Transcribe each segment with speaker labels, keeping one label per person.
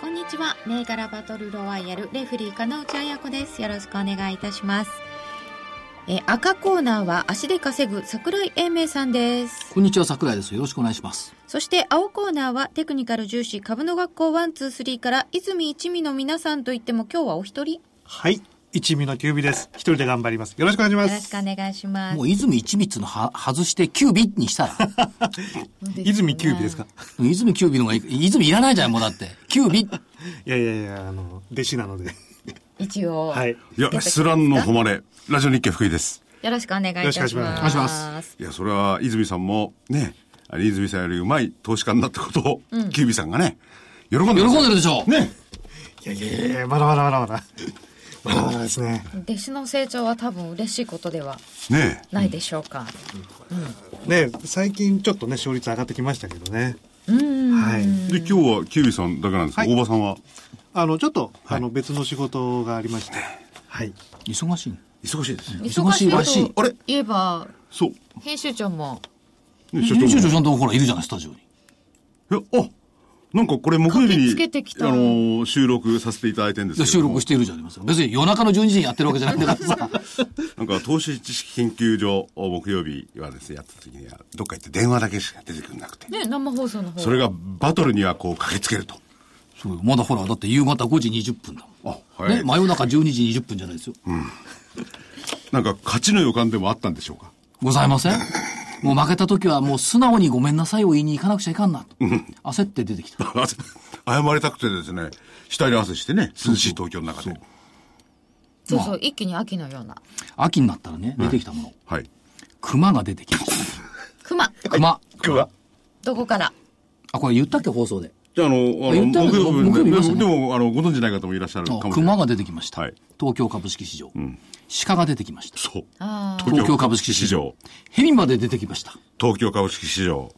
Speaker 1: こんにちは銘柄バトルロワイヤルレフリー金内彩子ですよろしくお願いいたしますえー赤コーナーは足で稼ぐ桜井英明さんです
Speaker 2: こんにちは桜井ですよろしくお願いします
Speaker 1: そして青コーナーはテクニカル重視株の学校123から泉一味の皆さんといっても今日はお一人よ
Speaker 3: はい。一味の九尾です。一人で頑張ります。よろしくお願いしま
Speaker 1: ろ
Speaker 3: す。
Speaker 1: しくお願いします
Speaker 2: もう泉一光のは外して九尾にしたら
Speaker 3: 泉九尾ですか。
Speaker 2: 泉九尾の方がいい泉いらないじゃんもうだって九尾
Speaker 3: いやいやいや、あの、弟子なので。
Speaker 1: 一応、
Speaker 3: はい。
Speaker 4: いや、失乱の誉れ、ラジオ日経福井です。
Speaker 1: よろしくお願いいたします
Speaker 3: よろしくお願
Speaker 2: いしま
Speaker 4: いや、それは、泉さんも、ね、あの泉さんよりうまい投資家になったことを、キュービーさんがね、喜んで
Speaker 2: 喜
Speaker 4: ます
Speaker 2: んでるでしょう、
Speaker 4: ね。
Speaker 3: いやいやいや、まだまだまだまだ。まだまだですね。
Speaker 1: 弟子の成長は多分嬉しいことでは
Speaker 4: ね
Speaker 1: ないでしょうか、
Speaker 3: ね、最近ちょっとね、勝率上がってきましたけどね。はい。
Speaker 4: で、今日はキュービーさんだけなんですけど、大場さんは、
Speaker 3: あの、ちょっと、あの、別の仕事がありまして。はい。
Speaker 2: 忙しいの
Speaker 4: 忙しいですね。
Speaker 2: 忙しいらしい
Speaker 1: 忙と言えば
Speaker 4: そう。
Speaker 1: 編集長も
Speaker 4: ね所
Speaker 2: 編集長
Speaker 4: 長
Speaker 2: ちゃんとほらいるじゃないスタジオに
Speaker 4: もいやあ、なんかこれ木
Speaker 1: 駆
Speaker 4: 曜日
Speaker 1: け
Speaker 4: に、
Speaker 1: つけてきた
Speaker 4: あの、収録させていただいてるんですけ
Speaker 2: で
Speaker 4: ど。
Speaker 2: 収録しているじゃありません別に夜中の12時にやってるわけじゃないんだからさ
Speaker 4: なんか投資知識研究所を木曜日はですね、やった時には、どっか行って電話だけしか出てくんなくて。
Speaker 1: ね生放送の方
Speaker 4: それがバトルにはこう駆けつけると。
Speaker 2: そうよまだほらだって夕方5時20分だもん
Speaker 4: あ、はい。
Speaker 2: ね、真夜中12時20分じゃないですよ、
Speaker 4: なんか勝ちの予感でもあったんでしょうか。
Speaker 2: ございませんもう負けた時はもう素直にごめんなさいを言いに行かなくちゃいかんなと焦って出てきた
Speaker 4: 謝りたくてですね、下に汗してね、涼しい東京の中で。
Speaker 1: そうそう一気に秋のような
Speaker 2: 秋になったらね出てきたもの、
Speaker 4: はい。
Speaker 2: 熊が出てきました
Speaker 1: 熊
Speaker 2: 熊
Speaker 4: 今
Speaker 1: どこから
Speaker 2: あこれ言ったっけ放送で
Speaker 4: じゃあ、あの、あの
Speaker 2: 言ったんだ
Speaker 4: 木曜日
Speaker 2: 木曜日
Speaker 4: で
Speaker 2: 見ま
Speaker 4: で
Speaker 2: したね
Speaker 4: も、でもあの、ご存知ない方もいらっしゃるかもしれない。
Speaker 2: 熊が出てきました、
Speaker 4: はい
Speaker 2: 東京株式市場、鹿が出てきました
Speaker 4: そう。
Speaker 1: あー
Speaker 2: 東京株式市場。蛇まで出てきました
Speaker 4: 東京株式市場。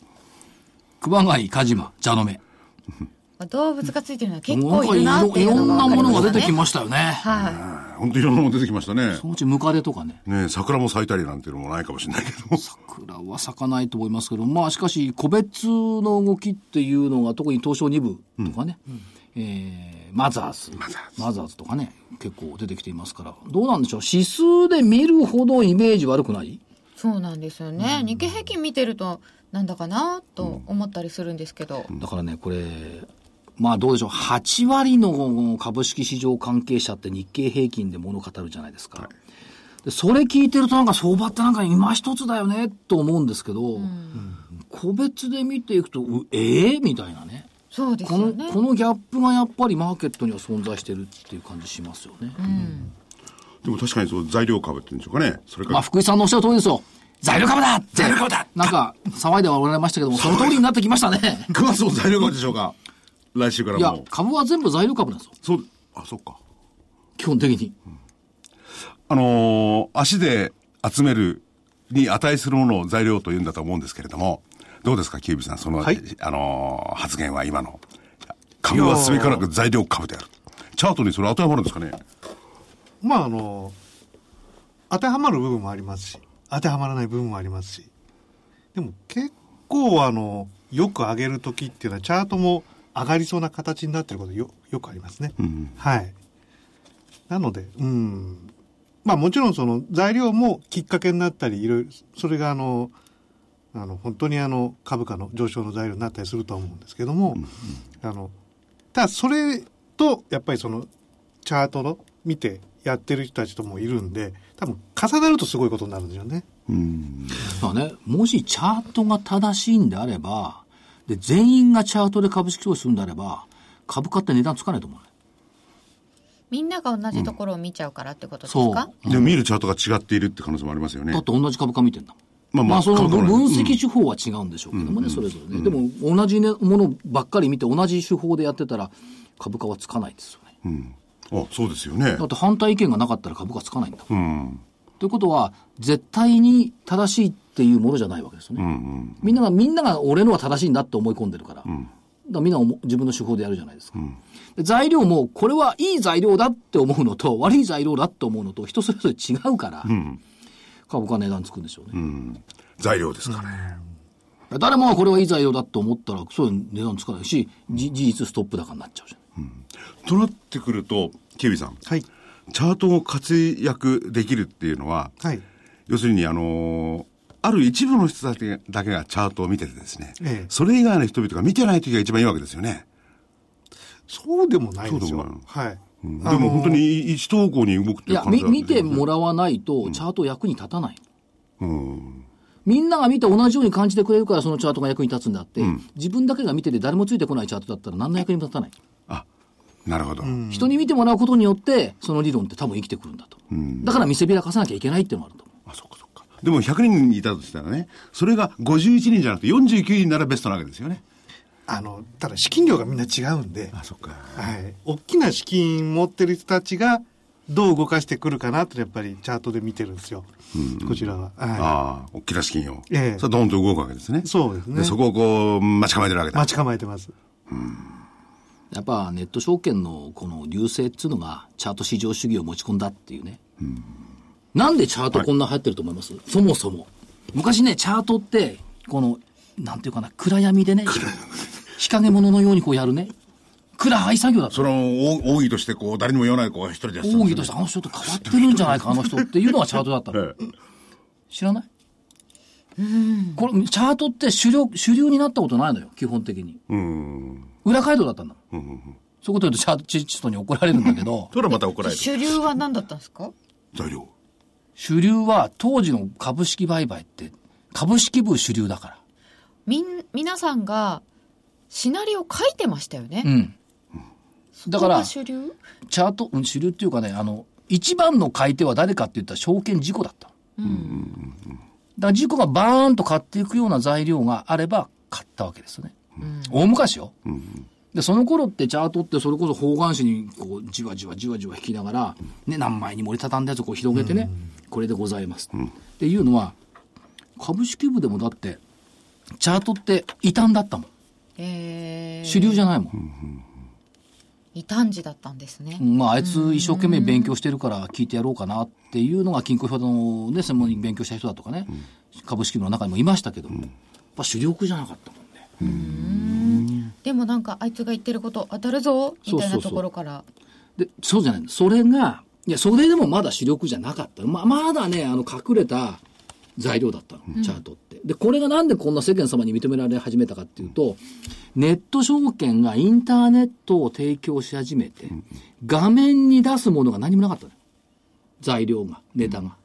Speaker 2: 熊谷鹿島蛇の目
Speaker 1: まあ動物がついてるのは結
Speaker 2: もう
Speaker 1: 構いるな
Speaker 2: な
Speaker 1: っ
Speaker 2: んか
Speaker 1: て
Speaker 2: い
Speaker 1: い
Speaker 2: ろ
Speaker 1: う
Speaker 2: いろ
Speaker 1: の
Speaker 2: んな
Speaker 1: が分か
Speaker 2: も
Speaker 1: り
Speaker 2: のが出て
Speaker 1: まし
Speaker 2: きましたよね
Speaker 1: たは
Speaker 4: 本当いろんなもの出てきましたね
Speaker 2: そ。のうちムカデとかね
Speaker 4: ねえ桜も咲いたりなんていうのもないかもしれないけど。
Speaker 2: 桜は咲かないと思いますけど、まあしかし、個別の動きっていうのが、特に東証2部とかね、えーマザーズ、マザーズとかね、結構出てきていますから、どうなんでしょう、指数で見るほどイメージ悪くない
Speaker 1: いそうなんですよね日経平均見てるとなんだかなと思ったりするんですけど
Speaker 2: だからね、これ、まあどうでしょう、8割の株式市場関係者って日経平均で物語るじゃないですか。でそれ聞いてるとなんか相場ってなんか今一つだよねと思うんですけど、個別で見ていくと、うええみたいなね。
Speaker 1: そうです
Speaker 2: こ
Speaker 1: よ
Speaker 2: の
Speaker 1: ね
Speaker 2: このギャップがやっぱりマーケットには存在してるっていう感じしますよね。
Speaker 4: でも確かにそう、材料株っていうんでしょうかね。それか
Speaker 2: まあ
Speaker 4: ら、
Speaker 2: 福井さんのおっしゃる通りですよ。材料株だ材料株だなんか騒いではおられましたけども、その通りになってきましたね。
Speaker 4: 9月も材料株でしょうか。来週か
Speaker 2: い
Speaker 4: ら
Speaker 2: や
Speaker 4: も、。
Speaker 2: 株は全部材料株なんですよ。
Speaker 4: そう、あ、そっか。
Speaker 2: 基本的に。
Speaker 4: あのー足で集めるに値するものを材料と言うんだと思うんですけれども、どうですか、キュービーさん、その、
Speaker 3: はい
Speaker 4: あのー発言は今の。株はすべからく材料株である。チャートにそれ当てはまるんですかね
Speaker 3: まあ、あの、当てはまる部分もありますし、当てはまらない部分もありますし。でも結構あの、よく上げるときっていうのはチャートも上がりそうな形になってることよ、よくありますね。はい。なので、うん。まあもちろんその材料もきっかけになったり、いろいろ、それがあの、あの、本当にあの、株価の上昇の材料になったりするとは思うんですけども、あの、ただそれと、やっぱりその、チャートの見てやってる人たちともいるんで、多分重なるとすごいことになるんですよね。
Speaker 2: まあね、もしチャートが正しいんであれば、で、全員がチャートで株式投資するんであれば、株価って値段つかないと思うね。
Speaker 1: みんなが同じところを見ちゃうからってことです
Speaker 2: そう。
Speaker 1: か
Speaker 4: で、見るチャートが違っているって可能性もありますよね
Speaker 2: だっ。て同じ株価見てんだもん。ま
Speaker 4: ま
Speaker 2: あ
Speaker 4: あまあ
Speaker 2: その
Speaker 4: 株価
Speaker 2: 分
Speaker 4: はね
Speaker 2: 析手法は違うんでしょうけどもね、それぞれね。でも、同じねものばっかり見て、同じ手法でやってたら、株価はつかないんですよね。
Speaker 4: うん。あ、そうですよね
Speaker 2: だ。って反対意見がなかったら株価つかないんだもん。
Speaker 4: うん。
Speaker 2: ということは、絶対に正しいっていうものじゃないわけですよね。
Speaker 4: うんうん。
Speaker 2: みんなが、みんなが俺のは正しいんだって思い込んでるから。だからみんな思う自分の手法でやるじゃないですか。で材料も、これはいい材料だって思うのと、悪い材料だって思うのと、人それぞれ違うから、株価は値段つくんでしょうね。
Speaker 4: 材料ですかね。
Speaker 2: 誰もがこれはいい材料だと思ったら、そういう値段つかないし、じ事実ストップ高になっちゃうじゃん。
Speaker 4: となってくると、キビさん。
Speaker 3: はい。
Speaker 4: チャートを活躍できるっていうのは、
Speaker 3: はい。
Speaker 4: 要するに、あのーある一部の人だけだけがチャートを見ててですね、
Speaker 3: ええ
Speaker 4: それ以外の人々が見てない時が一番いいわけですよね。
Speaker 3: そうでもないです
Speaker 4: そうでも
Speaker 3: よ
Speaker 4: ないの。
Speaker 3: はい。
Speaker 4: うん
Speaker 3: あの
Speaker 4: でも本当に一方向に動くって
Speaker 2: い
Speaker 4: いう
Speaker 2: や、
Speaker 4: 感じ
Speaker 2: み
Speaker 4: だ
Speaker 2: 見ても
Speaker 4: ら
Speaker 2: らわないと、チャート役に立たない。
Speaker 4: うん。
Speaker 2: みんなが見て同じように感じてくれるから、そのチャートが役に立つんだって、自分だけが見てて誰もついてこないチャートだったら何の役にも立たない。
Speaker 4: あ、なるほど。
Speaker 2: 人に見てもらうことによって、その理論って多分生きてくるんだと。だから見せびらかさなきゃいけないっていうのもあると思う。
Speaker 4: あ、そっかそっか。でも100人いたとしたらね、それが51人じゃなくて49人ならベストなわけですよね。
Speaker 3: あの、ただ資金量がみんな違うんで、
Speaker 4: あ、そっか。
Speaker 3: はい。大きな資金持ってる人たちが、どう動かしてくるかなってやっぱりチャートで見てるんですよ。こちらは。は
Speaker 4: ああ、大きな資金を。
Speaker 3: ええ
Speaker 4: それドーンと動くわけですね。
Speaker 3: そうですね
Speaker 4: そこをこう、待ち構えてるわけ
Speaker 3: い。
Speaker 4: だ。
Speaker 3: 待ち構えてます。
Speaker 2: やっぱネット証券のこの流星っつうのが、チャート市場主義を持ち込んだっていうね。なんでチャートこんな流行ってると思います、そもそも。昔ね、チャートって、この、なんていうかな、暗闇でね、日陰者のようにこうやるね、暗い作業だった
Speaker 4: その、お奥義としてこう、誰にも言わない子が一人でやってたん
Speaker 2: 奥
Speaker 4: です
Speaker 2: 義
Speaker 4: よ
Speaker 2: としてあの人と
Speaker 4: ね
Speaker 2: 変わってるんじゃないかあの人っていうのがチャートだったの
Speaker 4: ええ
Speaker 2: 知らないこれチャートって主流主流になったことないのよ基本的に
Speaker 4: うん。
Speaker 2: 裏街道だったんだもんそういうこと言うとチャートチチストに怒られるんだけど
Speaker 4: それはまた怒られる。
Speaker 1: 主流は何だったんですか
Speaker 4: 材料。
Speaker 2: 主流は当時の株式売買って株式部主流だか
Speaker 1: みん皆さんがシナリオ書いてましたよね、
Speaker 2: らうんだから
Speaker 1: ここが主流
Speaker 2: チャートうん主流っていうかねあの一番の買い手は誰かって言ったら証券事故だったのだから事故がバーンと買っていくような材料があれば買ったわけですよね、大昔よ、でその頃ってチャートってそれこそ方眼紙にこうじわじわじわじわ引きながら、ね、何枚にも折りたたんだやつをこう広げてね、これでございます、っていうのは株式部でもだってチャートって異端だったもん
Speaker 1: えー、
Speaker 2: 主流じゃないもん、
Speaker 1: 異端児だったんですね、
Speaker 2: まあ、あいつ一生懸命勉強してるから聞いてやろうかなっていうのが金庫表の、ね、専門に勉強した人だとかね、株式部の中にもいましたけども、やっぱ主力じゃなかったもんね。
Speaker 1: でもなんかあいつが言ってること当たるぞみたいなところから
Speaker 2: で、そうじゃないの。それが、いや、それでもまだ主力じゃなかったの。ままだね、あの、隠れた材料だったの、チャートって。で、これがなんでこんな世間様に認められ始めたかっていうと、ネット証券がインターネットを提供し始めて、画面に出すものが何もなかったの。材料が、ネタが。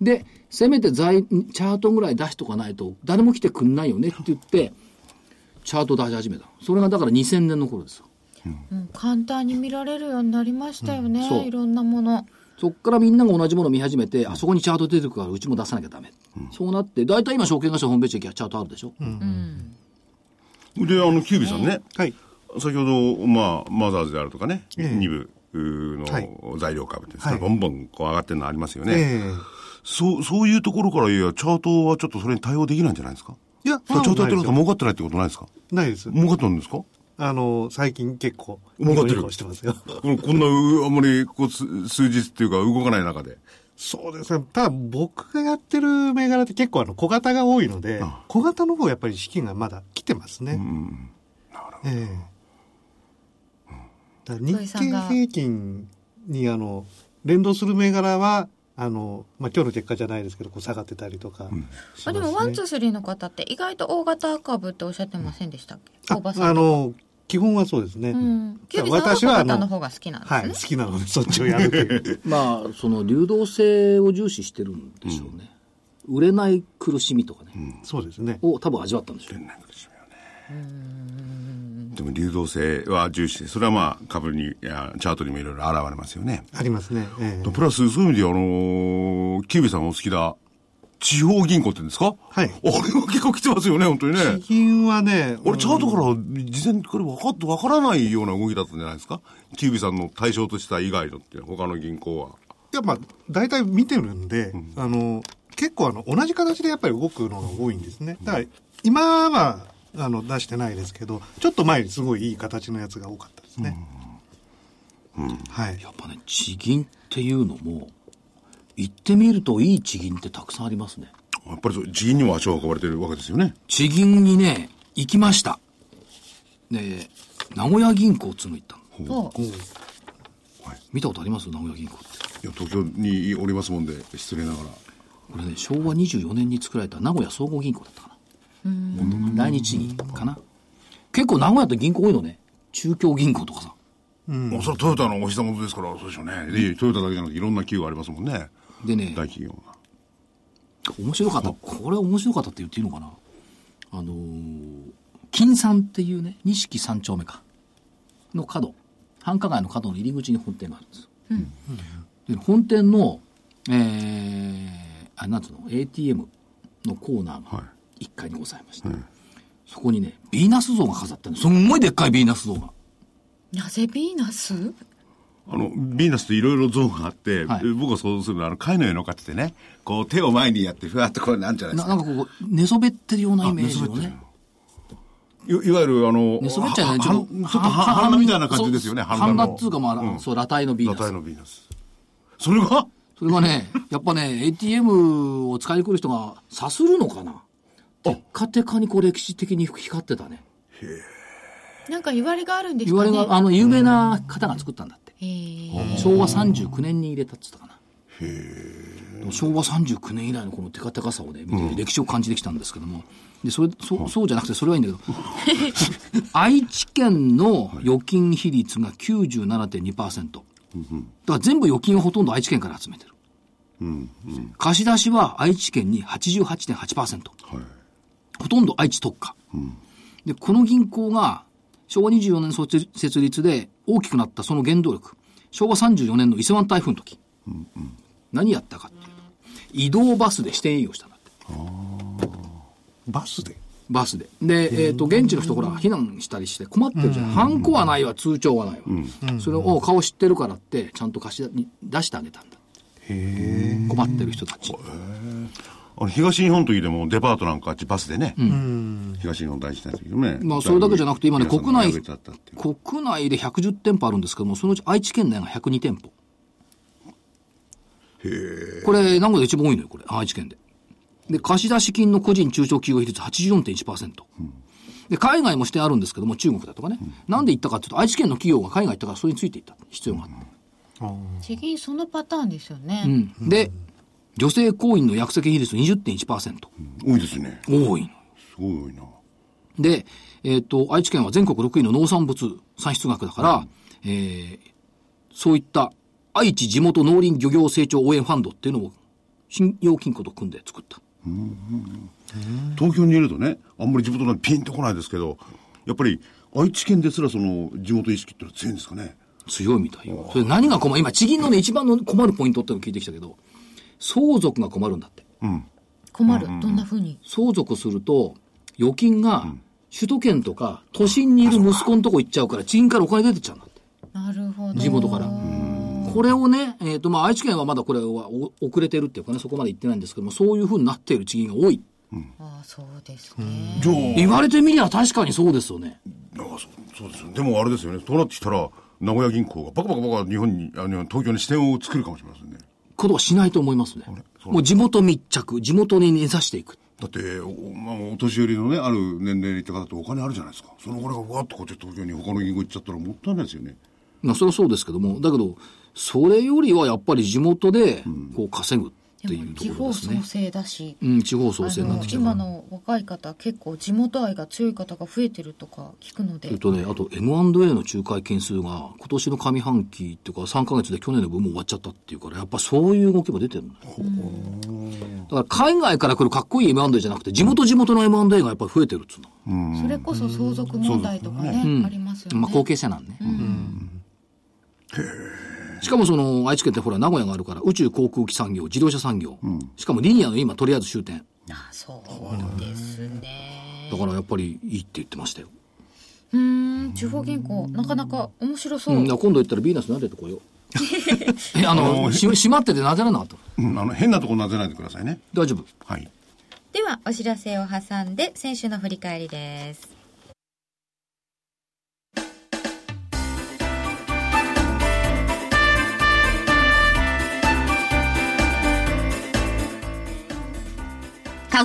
Speaker 2: で、せめて材チャートぐらい出しとかないと、誰も来てくんないよねって言って、チャート出し始めたの。それがだから2000年の頃ですよ。
Speaker 1: もう簡単に見られるようになりましたよね、
Speaker 2: んそう
Speaker 1: いろんなもの
Speaker 2: そこからみんなが同じものを見始めて、あそこにチャート出てくるからうちも出さなきゃダメ。そうなって、大体今証券会社ホームページでチャートあるでしょ、
Speaker 4: で、あの、キュービーさんね、
Speaker 3: はい。
Speaker 4: 先ほど、まあ、マザーズであるとかね、
Speaker 3: ええ
Speaker 4: 二部
Speaker 3: はい
Speaker 4: の材料株って、
Speaker 3: はい
Speaker 4: ボンボンこう上がってるのありますよね。
Speaker 3: ええ
Speaker 4: そう、そういうところからいや、チャートはちょっとそれに対応できないんじゃないですか
Speaker 3: いや、
Speaker 4: チャートやってるのと
Speaker 3: も
Speaker 4: 儲かってないってことないですか
Speaker 3: ないです。
Speaker 4: 儲かったんですか
Speaker 3: あの、最近結構、
Speaker 4: 儲かって
Speaker 3: ニコ
Speaker 4: る
Speaker 3: ニコしてますよ。
Speaker 4: ここんなう、あんまり、こう、す数日っていうか動かない中で。
Speaker 3: そうですね。ただ僕がやってる銘柄って結構あの小型が多いので、小型の方やっぱり資金がまだ来てますね。ええだから
Speaker 1: 土井
Speaker 3: 日
Speaker 1: さん
Speaker 3: 経
Speaker 1: が
Speaker 3: 平均にあの連動する銘柄はあの、まあ、今日の結果じゃないですけどこう下がってたりとかしますね、
Speaker 1: あでもワンツースリーの方って意外と大型株っておっしゃってませんでしたっけ、
Speaker 3: あ
Speaker 1: 大場さん
Speaker 3: あの基本はそうですね、
Speaker 1: うんキ
Speaker 3: じ
Speaker 1: ュ
Speaker 3: ゃ
Speaker 1: ウ
Speaker 3: あ
Speaker 1: リさんは
Speaker 3: 私は
Speaker 1: 小
Speaker 3: あ
Speaker 1: 型
Speaker 3: の
Speaker 1: の方が好きなんですね、
Speaker 3: はい好きなのでそっちをやるという
Speaker 2: まあ、その流動性を重視してるんでしょうね。売れない苦しみとかね、
Speaker 3: そうですね
Speaker 2: を多分味わったんでしょう。
Speaker 4: でも流動性は重視して、それはまあ、株に、いやチャートにもいろいろ現れますよね。
Speaker 3: ありますね、ええ
Speaker 4: プラス、そういう意味で、あのーキュービーさんがお好きだ、地方銀行って言うんですか
Speaker 3: はい
Speaker 4: あれは結構来てますよね、本当にね
Speaker 3: 地。銀はね、
Speaker 4: 俺、チャートから事前にこれ分かっ分からないような動きだったんじゃないですかキュービーさんの対象とした以外のって、他の銀行は。
Speaker 3: やっぱ大体見てるんで、あの結構あの同じ形でやっぱり動くのが多いんですね。だから今はあの出してないですけど、ちょっと前にすごいいい形のやつが多かったですね。はい。
Speaker 2: やっぱね、地銀っていうのも、行ってみるといい地銀ってたくさんありますね。
Speaker 4: やっぱりそう地銀にも足を運ばれてるわけですよね。
Speaker 2: 地銀にね、行きました。ねえ名古屋銀行っつうの行ったの。
Speaker 1: お
Speaker 2: 見たことあります名古屋銀行って。
Speaker 4: いや、東京におりますもんで、失礼ながら。
Speaker 2: これね、昭和24年に作られた名古屋総合銀行だったかな。来日銀かな。結構名古屋って銀行多いのね。中京銀行とかさ。
Speaker 4: まあそれはトヨタのお膝元ですから、そうでしょうね。で、トヨタだけじゃなくて、いろんな企業ありますもんね。
Speaker 2: でね、
Speaker 4: 大企業が。
Speaker 2: 面白かった。これ面白かったって言っていいのかな。あのー金山っていうね、錦三丁目か。の角。繁華街の角の入り口に本店があるんですよ。で本店の、えー、あ、なんつうの、ATM のコーナー
Speaker 4: はい
Speaker 2: が1階にございまして、そこにね、ヴィーナス像が飾ってあるのすんごいでっかいヴィーナス像が。
Speaker 1: なぜヴィーナス
Speaker 4: あの、ビーナスといろいろ像があって、
Speaker 2: はい
Speaker 4: 僕が想像するのは、あの、貝のように乗っかっててね、こう、手を前にやって、ふわっとこうなんじゃないです
Speaker 2: な
Speaker 4: か。
Speaker 2: なんかこう、寝そべってるようなイメージ
Speaker 4: あ
Speaker 2: を
Speaker 4: 寝そべって
Speaker 2: ね
Speaker 4: る。いいわゆる、あの、
Speaker 2: 寝そべっちゃうね。
Speaker 4: はははんちょっとは半裸みたいな感じですよね、
Speaker 2: 半裸。半
Speaker 4: の
Speaker 2: 裸っつうか、まあ、
Speaker 4: うん
Speaker 2: そう、裸体のヴィーナス。
Speaker 4: 裸体のビーナス。それが
Speaker 2: それがね、やっぱね、ATM を使いに来る人がさするのかなテッカテカにこう歴史的に光ってたね。
Speaker 1: なんか言われがあるんです
Speaker 2: 言
Speaker 1: か
Speaker 2: わ
Speaker 1: ね
Speaker 2: れが、あの、有名な方が作ったんだって。
Speaker 1: えー
Speaker 2: 昭和39年に入れたっつったかな。へ昭和39年以来のこのテカテカさをね、見て歴史を感じてきたんですけども。で、それ、そそうじゃなくて、それはいいんだけど、愛知県の預金比率が97.2%。だから全部預金をほとんど愛知県から集めてる。貸し出しは愛知県に88.8%。ほとんど愛知特化。で、この銀行が昭和24年創設立で大きくなったその原動力。昭和34年の伊勢湾台風の時。何やったかっていうと、移動バスで支店営業したんだって。
Speaker 3: バスで
Speaker 2: バスで。で、えっ、と、現地の人ほら、避難したりして困ってるじゃん。ハンコはないわ、通帳はないわ。それを顔知ってるからって、ちゃんと貸し出してあげたんだ。困ってる人たち。
Speaker 4: あの東日本の時でもデパートなんかあっちバスでね、東日本大震災の時でもね。
Speaker 2: まあ、それだけじゃなくて、今ね、
Speaker 4: 皆さん
Speaker 2: 国内、
Speaker 4: 盛り上げちゃったっていう
Speaker 2: 国内で110店舗あるんですけども、そのうち愛知県内が102店舗。これ、名古屋で一番多いのよ、これ、愛知県で。で、貸出金の個人中小企業比率84.1%。で、海外もしてあるんですけども、中国だとかね。なんで行ったかっていうと、愛知県の企業が海外行ったから、それについていった必要があって。
Speaker 1: 地銀そのパターンですよね、
Speaker 2: うんで、女性行員の約席比率20.1%。
Speaker 4: 多いですね。
Speaker 2: 多いの。
Speaker 4: すごい多いな。
Speaker 2: で、えっ、と、愛知県は全国6位の農産物産出額だから、えーそういった愛知地元農林漁業成長応援ファンドっていうのを信用金庫と組んで作った。
Speaker 4: 東京にいるとね、あんまり地元なんてピンとこないですけど、やっぱり愛知県ですらその地元意識ってのは強いんですかね。
Speaker 2: 強いみたいよ。それ何が困る今、地銀のね、一番の困るポイントってのを聞いてきたけど、相続が困るんだって。
Speaker 1: 困る、どんなふうに
Speaker 2: 相続すると、預金が首都圏とか都心にいる息子のとこ行っちゃうから、地銀からお金出てっちゃうんだって。
Speaker 1: なるほど
Speaker 2: 地元からこれをね、えっ、と、まあ、愛知県はまだこれはお遅れてるっていうかね、そこまで行ってないんですけども、そういうふうになっている地銀が多い。
Speaker 1: ああそうですね
Speaker 4: じゃあ、
Speaker 2: 言われてみりゃ確かにそうですよね。
Speaker 4: なんかそうそうですよね。でもあれですよね、そうなってきたら、名古屋銀行がバカバカバカ日本に、あの東京に支店を作るかもしれませんね。
Speaker 2: ことはしないと思いますね。もう地元密着、地元に根ざしていく。
Speaker 4: だってお,、まあ、お年寄りのね、ある年齢にいった方ってお金あるじゃないですか。そのお金がわーっとこっち東京に他の銀行行っちゃったらもったいないですよね。
Speaker 2: まあ、それはそうですけども、だけど、それよりはやっぱり地元で、こう、稼ぐって
Speaker 1: で
Speaker 2: いう
Speaker 1: も
Speaker 2: と
Speaker 1: 地
Speaker 2: ころ
Speaker 1: 方
Speaker 2: です
Speaker 1: 創
Speaker 2: ね。
Speaker 1: 生だし、
Speaker 2: うん、地方創
Speaker 1: あ
Speaker 2: 生になっ
Speaker 1: の
Speaker 2: てきた
Speaker 1: 今の若い方結構地元愛が強い方が増えてるとか聞くので
Speaker 2: えっとね、あと M&A の仲介件数が今年の上半期っていうか3ヶ月で去年の分も終わっちゃったっていうから、やっぱそういう動きも出てるのよだから海外から来るかっこいい M&A じゃなくて、地元地元の M&A がやっぱり増えてるっつうの。
Speaker 1: それこそ相続問題とかね、ありますよね、
Speaker 2: まあ後継者なんね。しかもその、愛知県ってほら、名古屋があるから、宇宙航空機産業、自動車産業。しかもリニアの今、とりあえず終点。
Speaker 1: あそうですね
Speaker 2: だからやっぱりいいって言ってましたよ。
Speaker 1: うーん地方銀行なかなか面白そう、
Speaker 2: うん、だから今度行ったらビーナス撫でてこよう。え、あの、し閉まってて撫でらなかった。
Speaker 4: うん、あの、変なとこなぜないでくださいね。
Speaker 2: 大丈夫。
Speaker 4: はい。
Speaker 1: ではお知らせを挟んで選手の振り返りです
Speaker 5: 花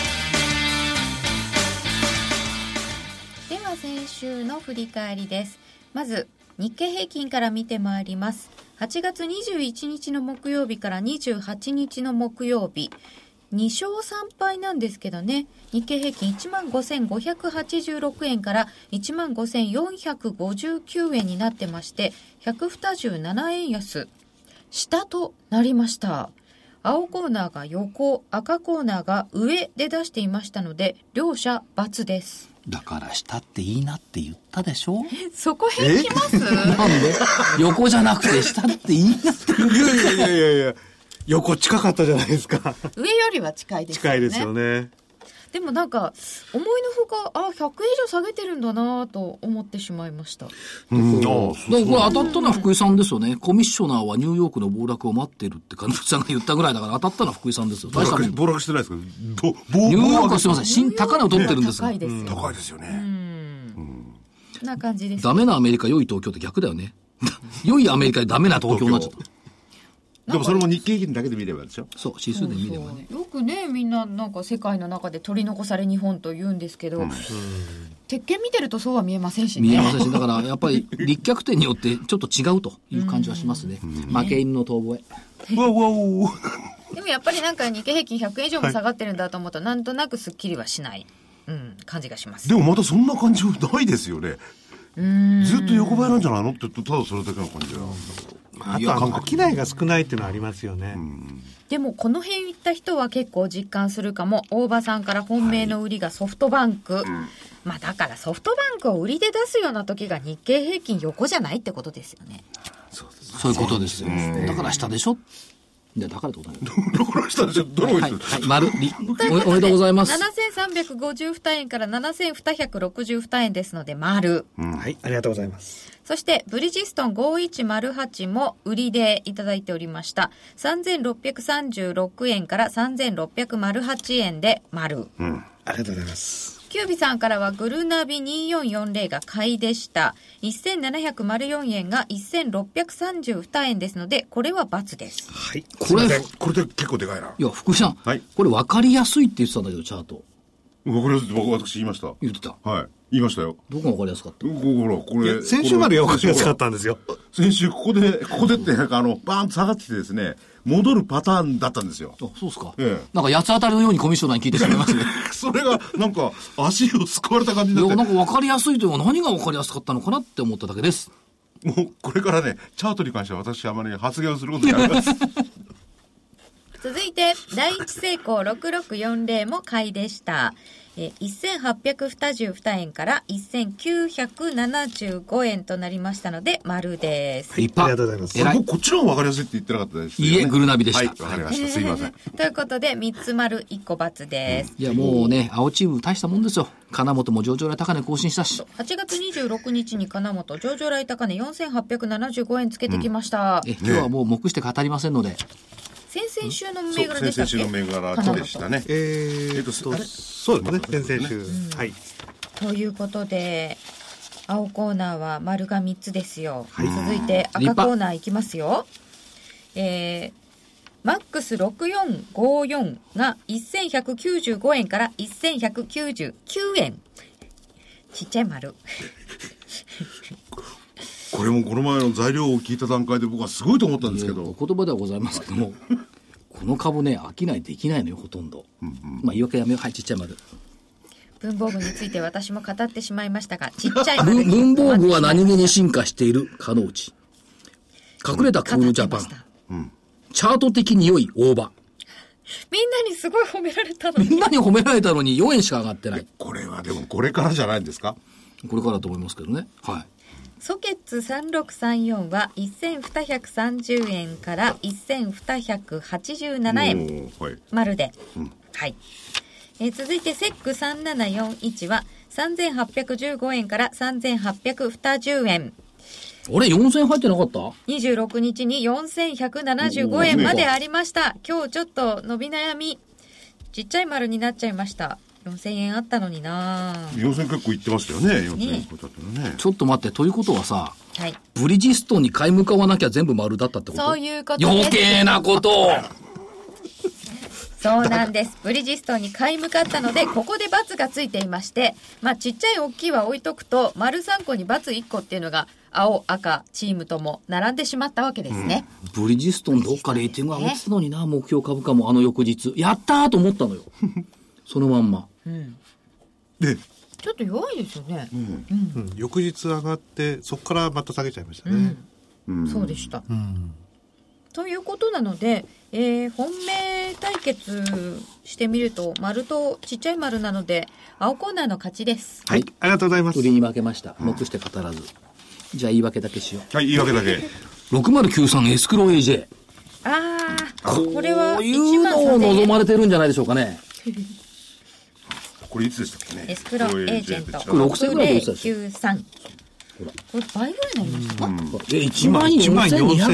Speaker 1: では先週の振り返りですまず日経平均から見てまいります8月21日の木曜日から28日の木曜日2勝3敗なんですけどね日経平均1万5586円から1万5459円になってまして127円安下となりました青コーナーが横赤コーナーが上で出していましたので両者×です
Speaker 2: だからしたっていいなって言ったでしょ
Speaker 1: そこへ行きます
Speaker 2: なんで横じゃなくて下っていいなって
Speaker 3: いやいやいやいや横近かったじゃないです か。
Speaker 1: 上よりは近いですよね。
Speaker 3: 近いですよね。
Speaker 1: でもなんか、思いのほか、あ、100円以上下げてるんだなと思ってしまいました。
Speaker 4: うん、ああ、
Speaker 2: だからこれ当たったのは福井さんですよね。コミッショナーはニューヨークの暴落を待ってるって金渕さんが言ったぐらいだから当たったのは福井さんですよ。
Speaker 4: 暴
Speaker 2: 大したも
Speaker 4: 落
Speaker 2: ん
Speaker 4: し
Speaker 2: ニ
Speaker 4: 暴落してないですけど、ぼ、
Speaker 2: ュ
Speaker 4: ぼ、
Speaker 2: ーヨーク
Speaker 4: ぼ
Speaker 2: はすいません、新高値を取ってるんですよ
Speaker 1: 高いですよ。
Speaker 4: 高いですよね。
Speaker 1: こんな感じです。
Speaker 2: ダメなアメリカ、良い東京って逆だよね。 良いアメリカでダメな東京になっちゃった。
Speaker 4: でもそれも日経平均だけで見ればでしょ。
Speaker 2: そう、指数で見ればね。
Speaker 1: そうよくねみんななんか世界の中で取り残され日本と言うんですけど、鉄拳見てるとそうは見えませんしね
Speaker 2: 見えませんし、だからやっぱり立脚点によってちょっと違うという感じはしますね。負け犬の遠吠え。
Speaker 4: うわうわうわ。
Speaker 1: でもやっぱりなんか日経平均100円以上も下がってるんだと思うと、なんとなくすっきりはしない、うん、感じがします
Speaker 4: でもまたそんな感じはないですよね。ずっと横ばいなんじゃないのって言うとただそれだけの感じだ
Speaker 3: あとあの商いが少ないっていうのはありますよね。
Speaker 1: でもこの辺行った人は結構実感するかも大場さんから本命の売りがソフトバンク、まあだからソフトバンクを売りで出すような時が日経平均横じゃないってことですよね
Speaker 2: そういうことですよ。だから下でしょいや、だからってことない。
Speaker 4: だからしたらちょっとドロー
Speaker 2: はい、
Speaker 4: イ
Speaker 2: はい、丸、りおめおめでとうござい ます。
Speaker 1: 7352円から7262円ですので丸
Speaker 3: はい、ありがとうございます。
Speaker 1: そして、ブリヂストン5108も売りでいただいておりました。3636円から3608円で丸。
Speaker 3: ありがとうございます。
Speaker 1: キュービさんからはグルナビ2440が買いでした。1704円が1632円ですので、これは×です。
Speaker 3: はい。
Speaker 2: これ、い
Speaker 4: これで結構でかいな。わか
Speaker 2: や、福井さん、
Speaker 4: はい
Speaker 2: これ分かりやすいって言ってたんだけど、チャート。
Speaker 4: りやすいって僕私言いました。
Speaker 2: 言ってた。
Speaker 4: はい。言いましたよ。
Speaker 2: どこが分かりやすかった
Speaker 4: うんこほら、これ。。
Speaker 3: 先週までよく安かったたんですよ。
Speaker 4: 先週、ここで、ここでって、なんかあの、バーンと下がってきてですね、戻るパターンだったんですよ。
Speaker 2: あ、そうですか。
Speaker 4: ええ
Speaker 2: なんか八つ当たりのようにコミッショナーに聞いてしまいますね。
Speaker 4: それが、なんか、足をすくわれた感じ
Speaker 2: い
Speaker 4: に
Speaker 2: や、 な
Speaker 4: なっ
Speaker 2: んか分かりやすいというのは何が分かりやすかったのかなって思っただけです。
Speaker 4: て、もう、これからね、チャートに関しては私、あまり発言をすることになります。
Speaker 1: 続いて、第一成功6640も買いでした。えー、1822円から1975円となりましたので、丸です。
Speaker 2: 立
Speaker 3: あ
Speaker 2: 派。
Speaker 3: りがとうございま
Speaker 2: 偉
Speaker 3: す
Speaker 4: も。
Speaker 2: いう
Speaker 4: こっちの方が分かりやすいって言ってなかったですよね
Speaker 2: いいえグルナビでした
Speaker 4: はい、わかりました。すいません。
Speaker 1: ということで、3つ丸1個×です。
Speaker 2: いや、もうね、青チーム大したもんですよ。金本も上場来高値更新したし。
Speaker 1: 8月26日に金本上場来高値4875円つけてきました。
Speaker 2: え、今日はもう目して語りませんので。
Speaker 1: 先々週の銘
Speaker 4: そう、
Speaker 1: 柄でしたっけ
Speaker 4: 先々週の銘柄でしたね。
Speaker 3: え
Speaker 4: え
Speaker 3: ー
Speaker 4: っと
Speaker 3: っと
Speaker 4: あれ
Speaker 3: そうですね先々週、はい
Speaker 1: ということで青コーナーは丸が3つですよ、続いて赤コーナーいきますよえーマックス6454が1195円から1199円ちっちゃい丸
Speaker 4: これもこの前の材料を聞いた段階で僕はすごいと思ったんですけ
Speaker 2: お
Speaker 4: ど、
Speaker 2: 言葉ではございますけども、この株ね、商いできないのよ、ほとんど。まあ、言い訳やめよう。はい、ちっちゃい丸。
Speaker 1: 文房具について私も語ってしまいましたがちっちゃい丸 に
Speaker 2: 文房具は何気に進化している、かのうち。隠れたクールジャパン
Speaker 1: 語ってま。した
Speaker 2: チャート的に良い大場。
Speaker 1: みんなにすごい褒められたの
Speaker 2: みんなに褒められたのに4円しか上がってない。
Speaker 4: これはでもこれからじゃないんですか
Speaker 2: これからだと思いますけどね。はい。
Speaker 1: ソケッツ3634は1230円から1287円
Speaker 4: もうはい。
Speaker 1: 丸で、はい、えー続いてセック3741は3815円から3820円
Speaker 2: あれ、4000円入ってなかった
Speaker 1: 26日に4175円までありました今日ちょっと伸び悩みちっちゃい丸になっちゃいました4000円あったのになぁ
Speaker 4: 予選結構行ってましたよね、予
Speaker 1: ね
Speaker 4: 選。こうだったのね。
Speaker 2: ちょっと待って、ということはさ、
Speaker 1: はい
Speaker 2: ブリヂストンに買い向かわなきゃ全部丸だったってこと
Speaker 1: そういうことです
Speaker 2: 余計なことを
Speaker 1: そうなんです。ブリヂストンに買い向かったので、ここで×がついていまして、まあ、ちっちゃい大きいは置いとくと、丸3個に×一個っていうのが、青、赤、チームとも並んでしまったわけですね。
Speaker 2: ブリヂストンどっかレーティング上げてたのにな、目標株価もあの翌日。やったーと思った のよ。そのまんま。
Speaker 3: で、
Speaker 1: ちょっと弱いですよね。
Speaker 3: うん、翌日上がってそこからまた下げちゃいましたね、
Speaker 1: そうでした。
Speaker 3: ん
Speaker 1: ということなので、えー本命対決してみると、丸とちっちゃい丸なので、青コーナーの勝ちです。
Speaker 3: はいありがとうございます
Speaker 2: 売りに負けました。目して語らず。じゃあ言い訳だけしよ
Speaker 4: はい、言い訳だけ。
Speaker 2: う。6093エスクロ AJ。
Speaker 1: あー、
Speaker 2: こ
Speaker 1: これは
Speaker 2: うい
Speaker 1: 1
Speaker 2: う
Speaker 1: 万
Speaker 2: のを
Speaker 1: 3000
Speaker 2: 望
Speaker 1: 円。
Speaker 2: まれてるんじゃないでしょうかね。
Speaker 4: これいつでしたっけね。
Speaker 1: エスクロエージェント。
Speaker 2: これ6000ぐらいでしたっけ
Speaker 1: 6093。これ倍ぐらいになりました。
Speaker 2: え、1万4200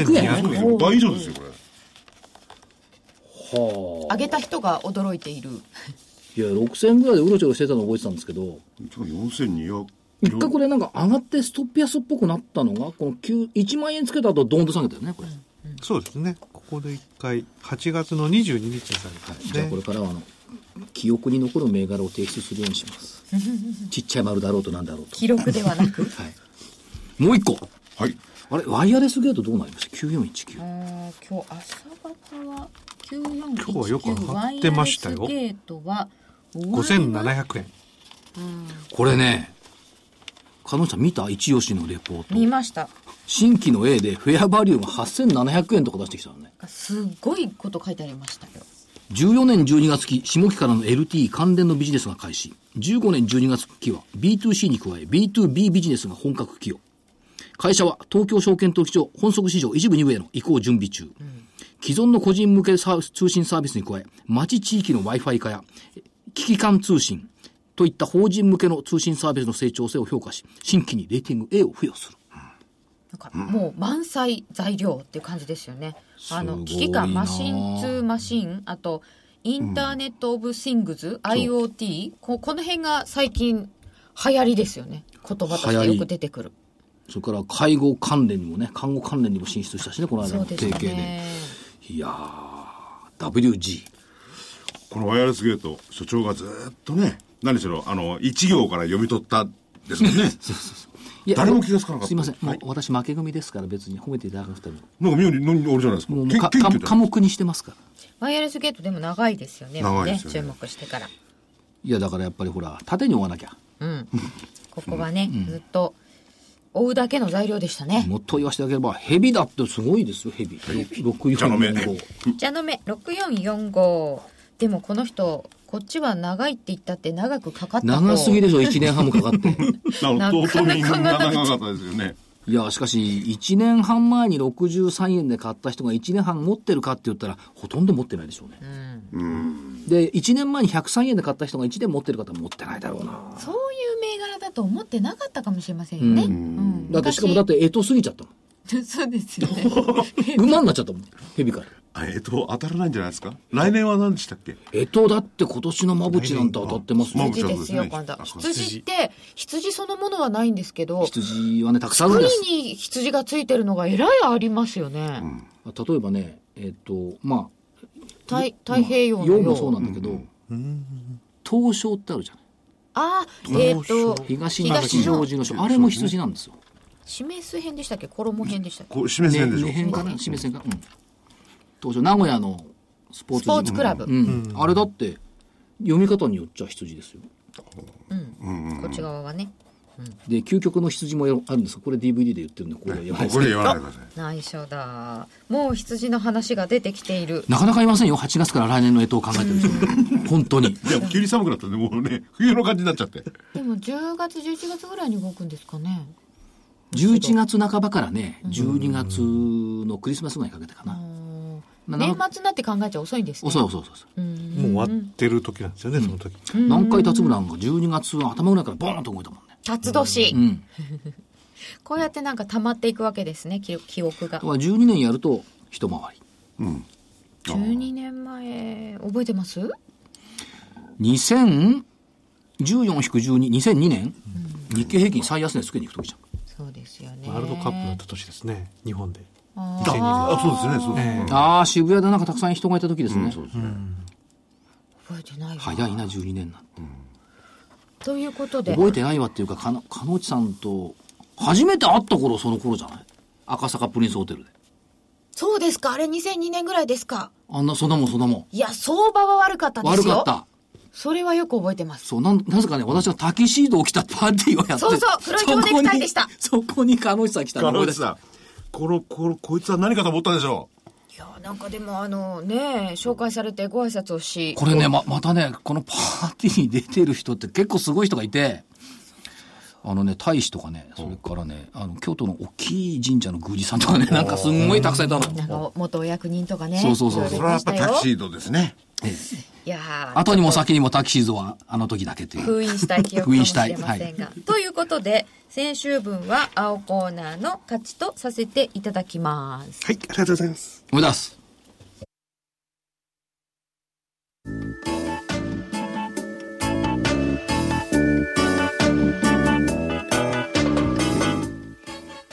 Speaker 3: 14,200
Speaker 2: 円
Speaker 3: 円
Speaker 4: 倍以上ですよ、これ。
Speaker 1: 上げた人が驚いている。
Speaker 2: いや、6000ぐらいでうろちょろしてたの覚えてたんですけど、
Speaker 4: 今日4200。
Speaker 2: 一回これなんか上がってストップ安っぽくなったのが、この9 1万円つけた後ドーンと下げたよね、これ。
Speaker 3: そうですねここで一回8月の22日に下げたんです
Speaker 2: じゃあ
Speaker 3: ね
Speaker 2: これからはあの、記憶に残る銘柄を提出するようにします。ちっちゃい丸だろうとなんだろうと。
Speaker 1: 記録ではな く。
Speaker 2: はい。もう一個。
Speaker 4: はい。
Speaker 2: あれ、ワイヤレスゲートどうなりました ?9419。
Speaker 1: あー今日朝方は
Speaker 3: 今日はよく上
Speaker 1: 9419
Speaker 3: が
Speaker 1: ワ
Speaker 3: っ
Speaker 1: イ
Speaker 3: て
Speaker 1: ヤ
Speaker 3: ま
Speaker 1: レ
Speaker 3: した
Speaker 1: ス
Speaker 3: よ
Speaker 1: ゲートは
Speaker 3: 5700円
Speaker 2: これね、加納ちゃん見た一吉のレポート。
Speaker 1: 見ました
Speaker 2: 新規の A でフェアバリューが8700円とか出してきたのね。
Speaker 1: すごいこと書いてありましたよ
Speaker 2: 14年12月期、下期からの LT 関連のビジネスが開始。15年12月期は B2C に加え B2B ビジネスが本格起用。会社は東京証券取引所本則市場一部二部への移行準備中。既存の個人向けサー通信サービスに加え、町地域の Wi-Fi 化やえ危機間通信といった法人向けの通信サービスの成長性を評価し、新規にレーティング A を付与する。
Speaker 1: なんかもう満載材料っていう感じですよね、あ
Speaker 2: すごい
Speaker 1: の
Speaker 2: な
Speaker 1: 危機感マシン2マシンあとインターネット・オブ・シングズ、IoT ここの辺が最近流行りですよね言葉としてよく出てくる
Speaker 2: それから介護関連にもね、看護関連にも進出したしね、この間
Speaker 1: そ
Speaker 2: の
Speaker 1: うです
Speaker 2: 提
Speaker 1: よ
Speaker 2: 携で。
Speaker 1: ね
Speaker 2: いやー、WG。
Speaker 4: このワイヤレスゲート、所長がずーっとね、何しろ、あの、一行から読み取ったで すもんね。
Speaker 2: いや
Speaker 4: 誰も気がつかなかった
Speaker 2: すいません、もう
Speaker 4: はい
Speaker 2: 私負け組ですから別に褒めていただかなくても
Speaker 4: なんか妙に、何俺じゃないですか。
Speaker 2: もうもう
Speaker 4: け
Speaker 2: か
Speaker 4: 謙
Speaker 2: か
Speaker 4: 虚じゃ
Speaker 2: 科
Speaker 4: ない
Speaker 2: 目にしてますから
Speaker 1: ワイヤレスゲートでも長いですよね
Speaker 4: 長いですよね
Speaker 1: もう注目してから
Speaker 2: いやだからやっぱりほら縦に追わなきゃ
Speaker 1: うん、ここはね、ずっと追うだけの材料でしたね。
Speaker 2: もっと言わせていただければ、ヘビだってすごいですよ、ヘビ。六
Speaker 4: 茶の目
Speaker 2: 4 5
Speaker 1: じゃのめ6445。でもこの人、こっちは長いって言ったって長くかかったと
Speaker 2: 長すぎ でしょ、1年半もかかって。
Speaker 1: なかなか
Speaker 4: 唐民長かったですよね。
Speaker 2: いや、しかし、1年半前に63円で買った人が1年半持ってるかって言ったら、ほとんど持ってないでしょうね。で、1年前に103円で買った人が1年持ってる方は持ってないだろうな。
Speaker 1: そういう銘柄だと思ってなかったかもしれませんよね。うん
Speaker 2: だって、しかもだって、えと過ぎちゃ ったもん。
Speaker 1: 昔そうですよね。
Speaker 2: 馬になっちゃったもん、ヘビから。
Speaker 4: あえっと、当たらないんじゃないですか来年は何でしたっけ
Speaker 2: えとだって今年の真淵なんて当たってますよ
Speaker 4: 来。年
Speaker 1: 羊ですよ、
Speaker 4: そうですね
Speaker 1: 今度は
Speaker 4: あそう
Speaker 1: 羊って、羊そのものはないんですけど、
Speaker 2: 羊はね、たくさんあるん
Speaker 1: 栗
Speaker 2: です。
Speaker 1: に羊がついてるのがえらいありますよね。
Speaker 2: 例えばね、えっ、と、まあ、
Speaker 1: 太太平洋の
Speaker 2: 洋
Speaker 1: よう
Speaker 2: もそうなんだけど、東証ってあるじゃない。
Speaker 1: あーえっ、と
Speaker 2: 東西上寺の証、あれも羊なんですよ。
Speaker 1: 示す編でしたっけ衣編でしたっけ
Speaker 4: こう、示せんでし
Speaker 2: ねね
Speaker 4: ょ。
Speaker 2: 変かな、示せんか。うん。東証、名古屋のスポーツ
Speaker 1: スポーツクラブ、
Speaker 2: うん、あれだって、読み方によっちゃ羊ですよ。
Speaker 1: こっち側はね
Speaker 2: で、究極の羊もあるんですよこれ DVD で言ってるんで、これはやばいです
Speaker 4: こ
Speaker 2: け
Speaker 4: れ
Speaker 2: ど
Speaker 4: 言わないでください。
Speaker 1: 内緒だもう羊の話が出てきている
Speaker 2: なかなかいませんよ。8月から来年の干支を考えてる人ね。 本当に。
Speaker 4: いや、急に寒くなったんで、もうね、冬の感じになっちゃって。
Speaker 1: でも10月11月ぐらいに動くんですかね
Speaker 2: 11月半ばからね、12月のクリスマスぐらいにかけてかな。
Speaker 1: うん
Speaker 2: な
Speaker 1: 年末になって考えちゃ遅いんですね
Speaker 2: 遅い遅い遅い遅い。
Speaker 1: うん
Speaker 3: もう終わってる時なんですよね、その時。
Speaker 2: 南海達村が12月の頭ぐらいからボーンと動いたもんね。
Speaker 1: 辰年、
Speaker 2: うん。
Speaker 1: こうやってなんか溜まっていくわけですね記記憶
Speaker 2: だ
Speaker 1: が
Speaker 2: から12年やると一回り。
Speaker 1: 12年前覚えてます
Speaker 2: 2014引く12、2002年、日経平均最安値つけに行くときじゃん。
Speaker 1: そうですよね
Speaker 3: ワールドカップだった年ですね、日本で。
Speaker 1: あー
Speaker 4: あ、そうですね、そうですね。
Speaker 2: ああ、渋谷でなんかたくさん人がいたときですね。
Speaker 1: 覚えてないわ
Speaker 2: 早いな、12年なんて。
Speaker 1: ということで
Speaker 2: 覚えてないわっていうか、かの、かのうちさんと、初めて会った頃、その頃じゃない赤坂プリンスホテルで。
Speaker 1: そうですかあれ2002年ぐらいですか
Speaker 2: あんな、そんなもん、そんなもん。
Speaker 1: いや相場は悪かったで
Speaker 2: 悪
Speaker 1: すよ
Speaker 2: かった。
Speaker 1: それはよく覚えてます。
Speaker 2: そう、なん、なぜかね、私はタキシードを着たパーティーをやって
Speaker 1: そうそう黒い蝶ネクタイでした
Speaker 2: そこに、そこに彼女さん来たの思
Speaker 4: 彼
Speaker 2: い
Speaker 4: 女
Speaker 2: 出した
Speaker 4: さん、この、この、こいつは何かと思ったでしょう。
Speaker 1: いやなんかでもあのね紹介されてご挨拶をし
Speaker 2: これね、ま、またね、このパーティーに出てる人って結構すごい人がいて、あのね、大使とかね、それからね、あの、京都の大きい神社の宮司さんとかね、なんかすんごいたくさんいた
Speaker 1: なん
Speaker 2: の。
Speaker 1: か元お役人とかね
Speaker 2: そうそうそう
Speaker 1: いろい
Speaker 4: そ
Speaker 1: ろ
Speaker 4: れはやっぱ
Speaker 1: いました
Speaker 4: タ
Speaker 1: よ
Speaker 4: キシードですね。
Speaker 1: いやー
Speaker 2: 後にも先にもタキシードはあの時だけっていう。
Speaker 1: 封印したい 記憶
Speaker 2: 封
Speaker 1: かも
Speaker 2: 印
Speaker 1: し
Speaker 2: した
Speaker 1: れ
Speaker 2: い
Speaker 1: ませんが、ということで先週分は青コーナーの勝ちとさせていただきます
Speaker 3: はい、ありがとうございます。
Speaker 2: 思い出す。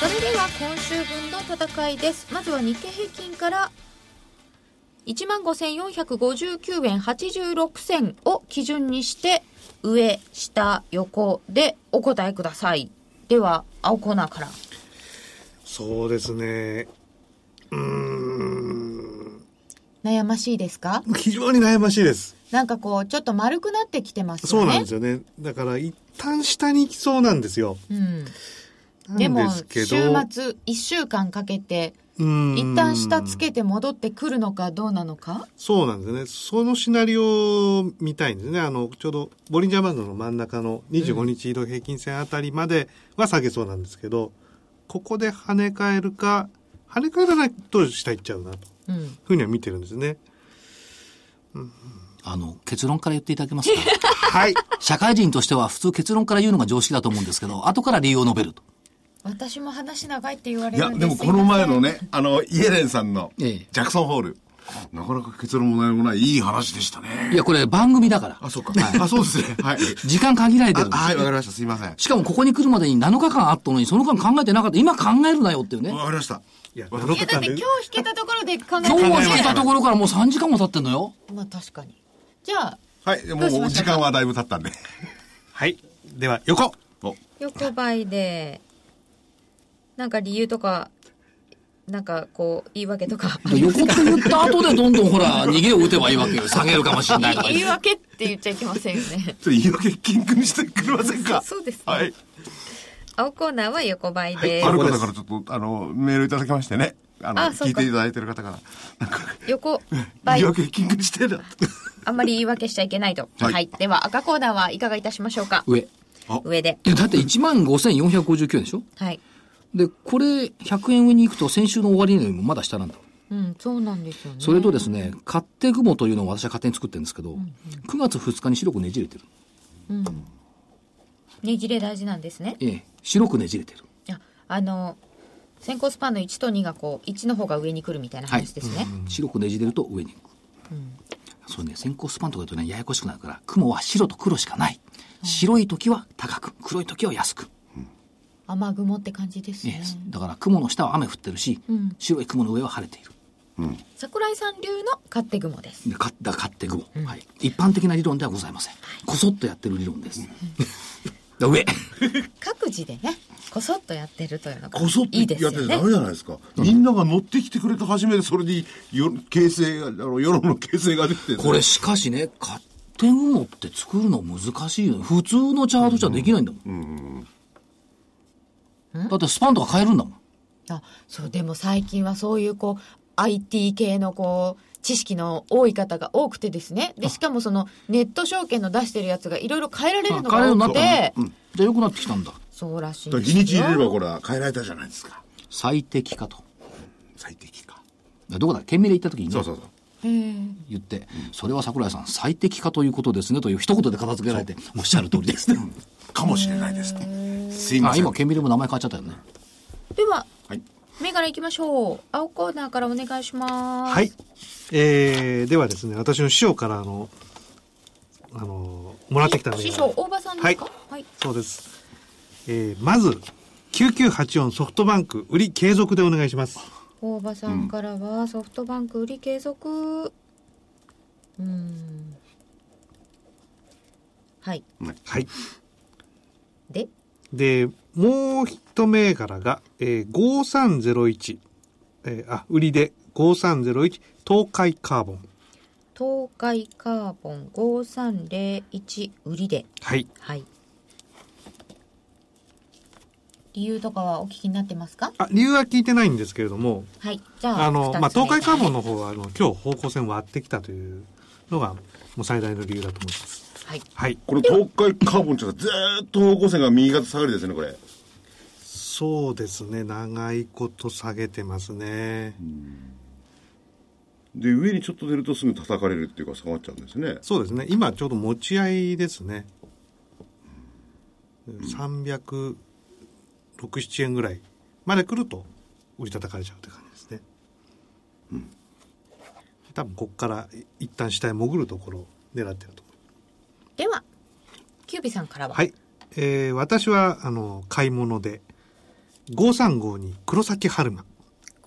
Speaker 1: それでは今週分の戦いですまずは日経平均から1万5459円86銭を基準にして上下横でお答えくださいでは青コーナーから
Speaker 3: そうですね。うーん。
Speaker 1: 悩ましいですか
Speaker 3: 非常に悩ましいです。
Speaker 1: なんかこうちょっと丸くなってきてますよね
Speaker 3: そうなんですよね。だから一旦下に行きそうなんですよ。
Speaker 1: うん
Speaker 3: なん
Speaker 1: でも
Speaker 3: すけ
Speaker 1: 週
Speaker 3: ど
Speaker 1: 末1週間かけて
Speaker 3: うん
Speaker 1: 一旦下つけて戻ってくるのかどうなのか
Speaker 3: そうなんですね。そのシナリオを見たいんですね。あの、ちょうど、ボリンジャーバンドの真ん中の25日移動平均線あたりまでは下げそうなんですけど、ここで跳ね返るか、跳ね返らないと下行っちゃうな、とい
Speaker 1: う
Speaker 3: う
Speaker 1: ん
Speaker 3: ふうには見てるんですね。
Speaker 2: あの、結論から言っていただけますか
Speaker 3: はい。
Speaker 2: 社会人としては普通結論から言うのが常識だと思うんですけど、後から理由を述べると。
Speaker 1: 私も話長いって言われ
Speaker 4: いや、
Speaker 1: るんで
Speaker 4: ですもこの前のね、あの、イエレンさんの、ジ
Speaker 2: ええ
Speaker 4: ャクソンホール、なかなか結論も何もない、いい話でしたね。
Speaker 2: いや、これ番組だから
Speaker 4: あ、。そうか。あ、そうですね。 はい。
Speaker 2: 時間限られて
Speaker 4: あ
Speaker 2: るんです
Speaker 4: はい、わかりました。すいません。
Speaker 2: しかもここに来るまでに7日間あったのに、その間考えてなかった。今考えるなよっていうね。
Speaker 4: わかりました。
Speaker 3: いや、
Speaker 4: わか
Speaker 3: ロ
Speaker 4: り
Speaker 1: いや
Speaker 3: ト
Speaker 1: だ
Speaker 3: さ
Speaker 1: っ
Speaker 3: ん
Speaker 1: て今日
Speaker 3: で
Speaker 1: 弾けたところで考え
Speaker 2: 今
Speaker 1: て
Speaker 2: 日
Speaker 1: ま
Speaker 2: は
Speaker 1: す
Speaker 2: 弾けたところからもう3時間も経ってんのよ。
Speaker 1: まあ確かにじゃあ
Speaker 4: はい、も
Speaker 1: どうし
Speaker 4: う
Speaker 1: ましょ
Speaker 4: 時
Speaker 1: うか
Speaker 4: 間はだいぶ経ったんで。
Speaker 3: はい。では、横
Speaker 4: お
Speaker 1: 横ばいでなんか理由とかなんかこう言い訳とか
Speaker 2: 横って言った後でどんどんほら、逃げを打てばいいわけよ。下げるかもしれないとか
Speaker 1: 言い訳って言っちゃいけませんよね
Speaker 4: ちょっと言い訳金句にしてくれませんか
Speaker 1: そうですね
Speaker 4: はい。
Speaker 1: 青コーナーは横ばいで、
Speaker 4: ある方からちょっと、あの、メールいただきましてね。あの、
Speaker 1: あそうか
Speaker 4: 聞いていただいてる方から。なんか、
Speaker 1: 横ば
Speaker 4: 言
Speaker 1: い
Speaker 4: い訳金句にしてる
Speaker 1: あんまり言い訳しちゃいけないとは、
Speaker 4: はいい
Speaker 1: では赤コーナーはいかがいたしましょうか
Speaker 2: 上。
Speaker 1: 上で
Speaker 2: で、だって15,459円でしょ
Speaker 1: はい
Speaker 2: で、これ、100円上に行くと先週の終わりよりもまだ下なんだ。
Speaker 1: うんそうなんですよね
Speaker 2: それとですね、勝手雲というのを私は勝手に作ってるんですけど、9月2日に白くねじれてる。
Speaker 1: ねじれ大事なんですね
Speaker 2: ええ、白くねじれてる。
Speaker 1: ああの先行スパンの1と2がこう1の方が上に来るみたいな話ですね、
Speaker 2: 白くねじれると上に行く。そうね、先行スパンとか言うとね、ややこしくなるから、雲は白と黒しかない。白い時は高く、黒い時は安く。
Speaker 1: 雨雲って感じです
Speaker 2: え
Speaker 1: ね
Speaker 2: え、だから雲の下は雨降ってるし、
Speaker 1: うん
Speaker 2: 白い雲の上は晴れている。
Speaker 1: 桜井さん流の勝手雲です
Speaker 2: でかだ勝手雲、はい、一般的な理論ではございません、こそっとやってる理論です、だ 上
Speaker 1: 各自でねこそっとやってるというのが
Speaker 4: こそっと
Speaker 1: い
Speaker 4: や
Speaker 1: い
Speaker 4: っ
Speaker 1: で
Speaker 4: て
Speaker 1: すよね
Speaker 4: ダメじゃないですか。みんなが乗ってきてくれた初めて、それに、よ、形成が、あの、世論の形成ができてる。
Speaker 2: これしかしね勝手雲って作るの難しいよね普通のチャートじゃできないんだもん、だってスパンとか変えるんだもん
Speaker 1: あそうでも最近はそういうこう IT 系のこう知識の多い方が多くてですねでしかもそのネット証券の出してるやつがいろいろ変えられる
Speaker 2: あ
Speaker 1: の
Speaker 2: 変えるように
Speaker 1: が
Speaker 2: な
Speaker 1: 多
Speaker 2: っ
Speaker 1: く
Speaker 2: たね
Speaker 1: て、
Speaker 2: じゃあ良くなってきたんだ
Speaker 1: そうらしいん
Speaker 4: だから
Speaker 1: で
Speaker 4: 日
Speaker 1: す
Speaker 4: にち入
Speaker 1: よ
Speaker 4: れればこれは変えられたじゃないですか。
Speaker 2: 最適化とだか
Speaker 4: 最適化。
Speaker 2: らどこだ県名で行った時にね、
Speaker 4: そうそうそう。
Speaker 2: 言って、それは桜井さん最適化ということですねという一言で片付けられておっしゃる通りですね
Speaker 4: かもしれないですね。すいま
Speaker 2: あ
Speaker 4: せん。
Speaker 2: 今県名でも名前変わっちゃったよね
Speaker 1: では
Speaker 4: はい。
Speaker 1: 銘柄いきましょう青コーナーからお願いします
Speaker 3: はい。えー、ではですね、私の師匠から、あの、あの、もらってきたので
Speaker 1: 師匠大場さんですかはい、
Speaker 3: そうです。えー、まず、9984ソフトバンク、売り継続でお願いします。
Speaker 1: 大場さんからはソフトバンク売り継続うんはい
Speaker 3: はい。
Speaker 1: で
Speaker 3: で、もう一銘柄が、えー、5301、えー、あ、売りで5301東海カーボン。
Speaker 1: 東海カーボン5301売りで
Speaker 3: はい。
Speaker 1: はい理由とかはお聞きになってますか
Speaker 3: あ、理由は聞いてないんですけれども、
Speaker 1: はいじゃあ
Speaker 3: あの、まあ、東海カーボン
Speaker 1: の
Speaker 3: の方は、あの、今日方向線割ってきたというのが、もう最大の理由だと思います。
Speaker 1: はい
Speaker 3: はい。
Speaker 4: これ東海カーボンってずーっと方向線が右肩下がりですね、これ。
Speaker 3: そうですね。長いこと下げてますね。
Speaker 4: で、上にちょっと出るとすぐ叩かれるっていうか下がっちゃうんですね。
Speaker 3: そうですね。今ちょうど持ち合いですね。306、7円ぐらいまで来ると売り叩かれちゃうという感じですね。多分ここから一旦下へ潜るところを狙ってると思いま
Speaker 1: ではキュービさんからは
Speaker 3: す。はい。えー私は、あの、買い物で、5352黒崎春馬。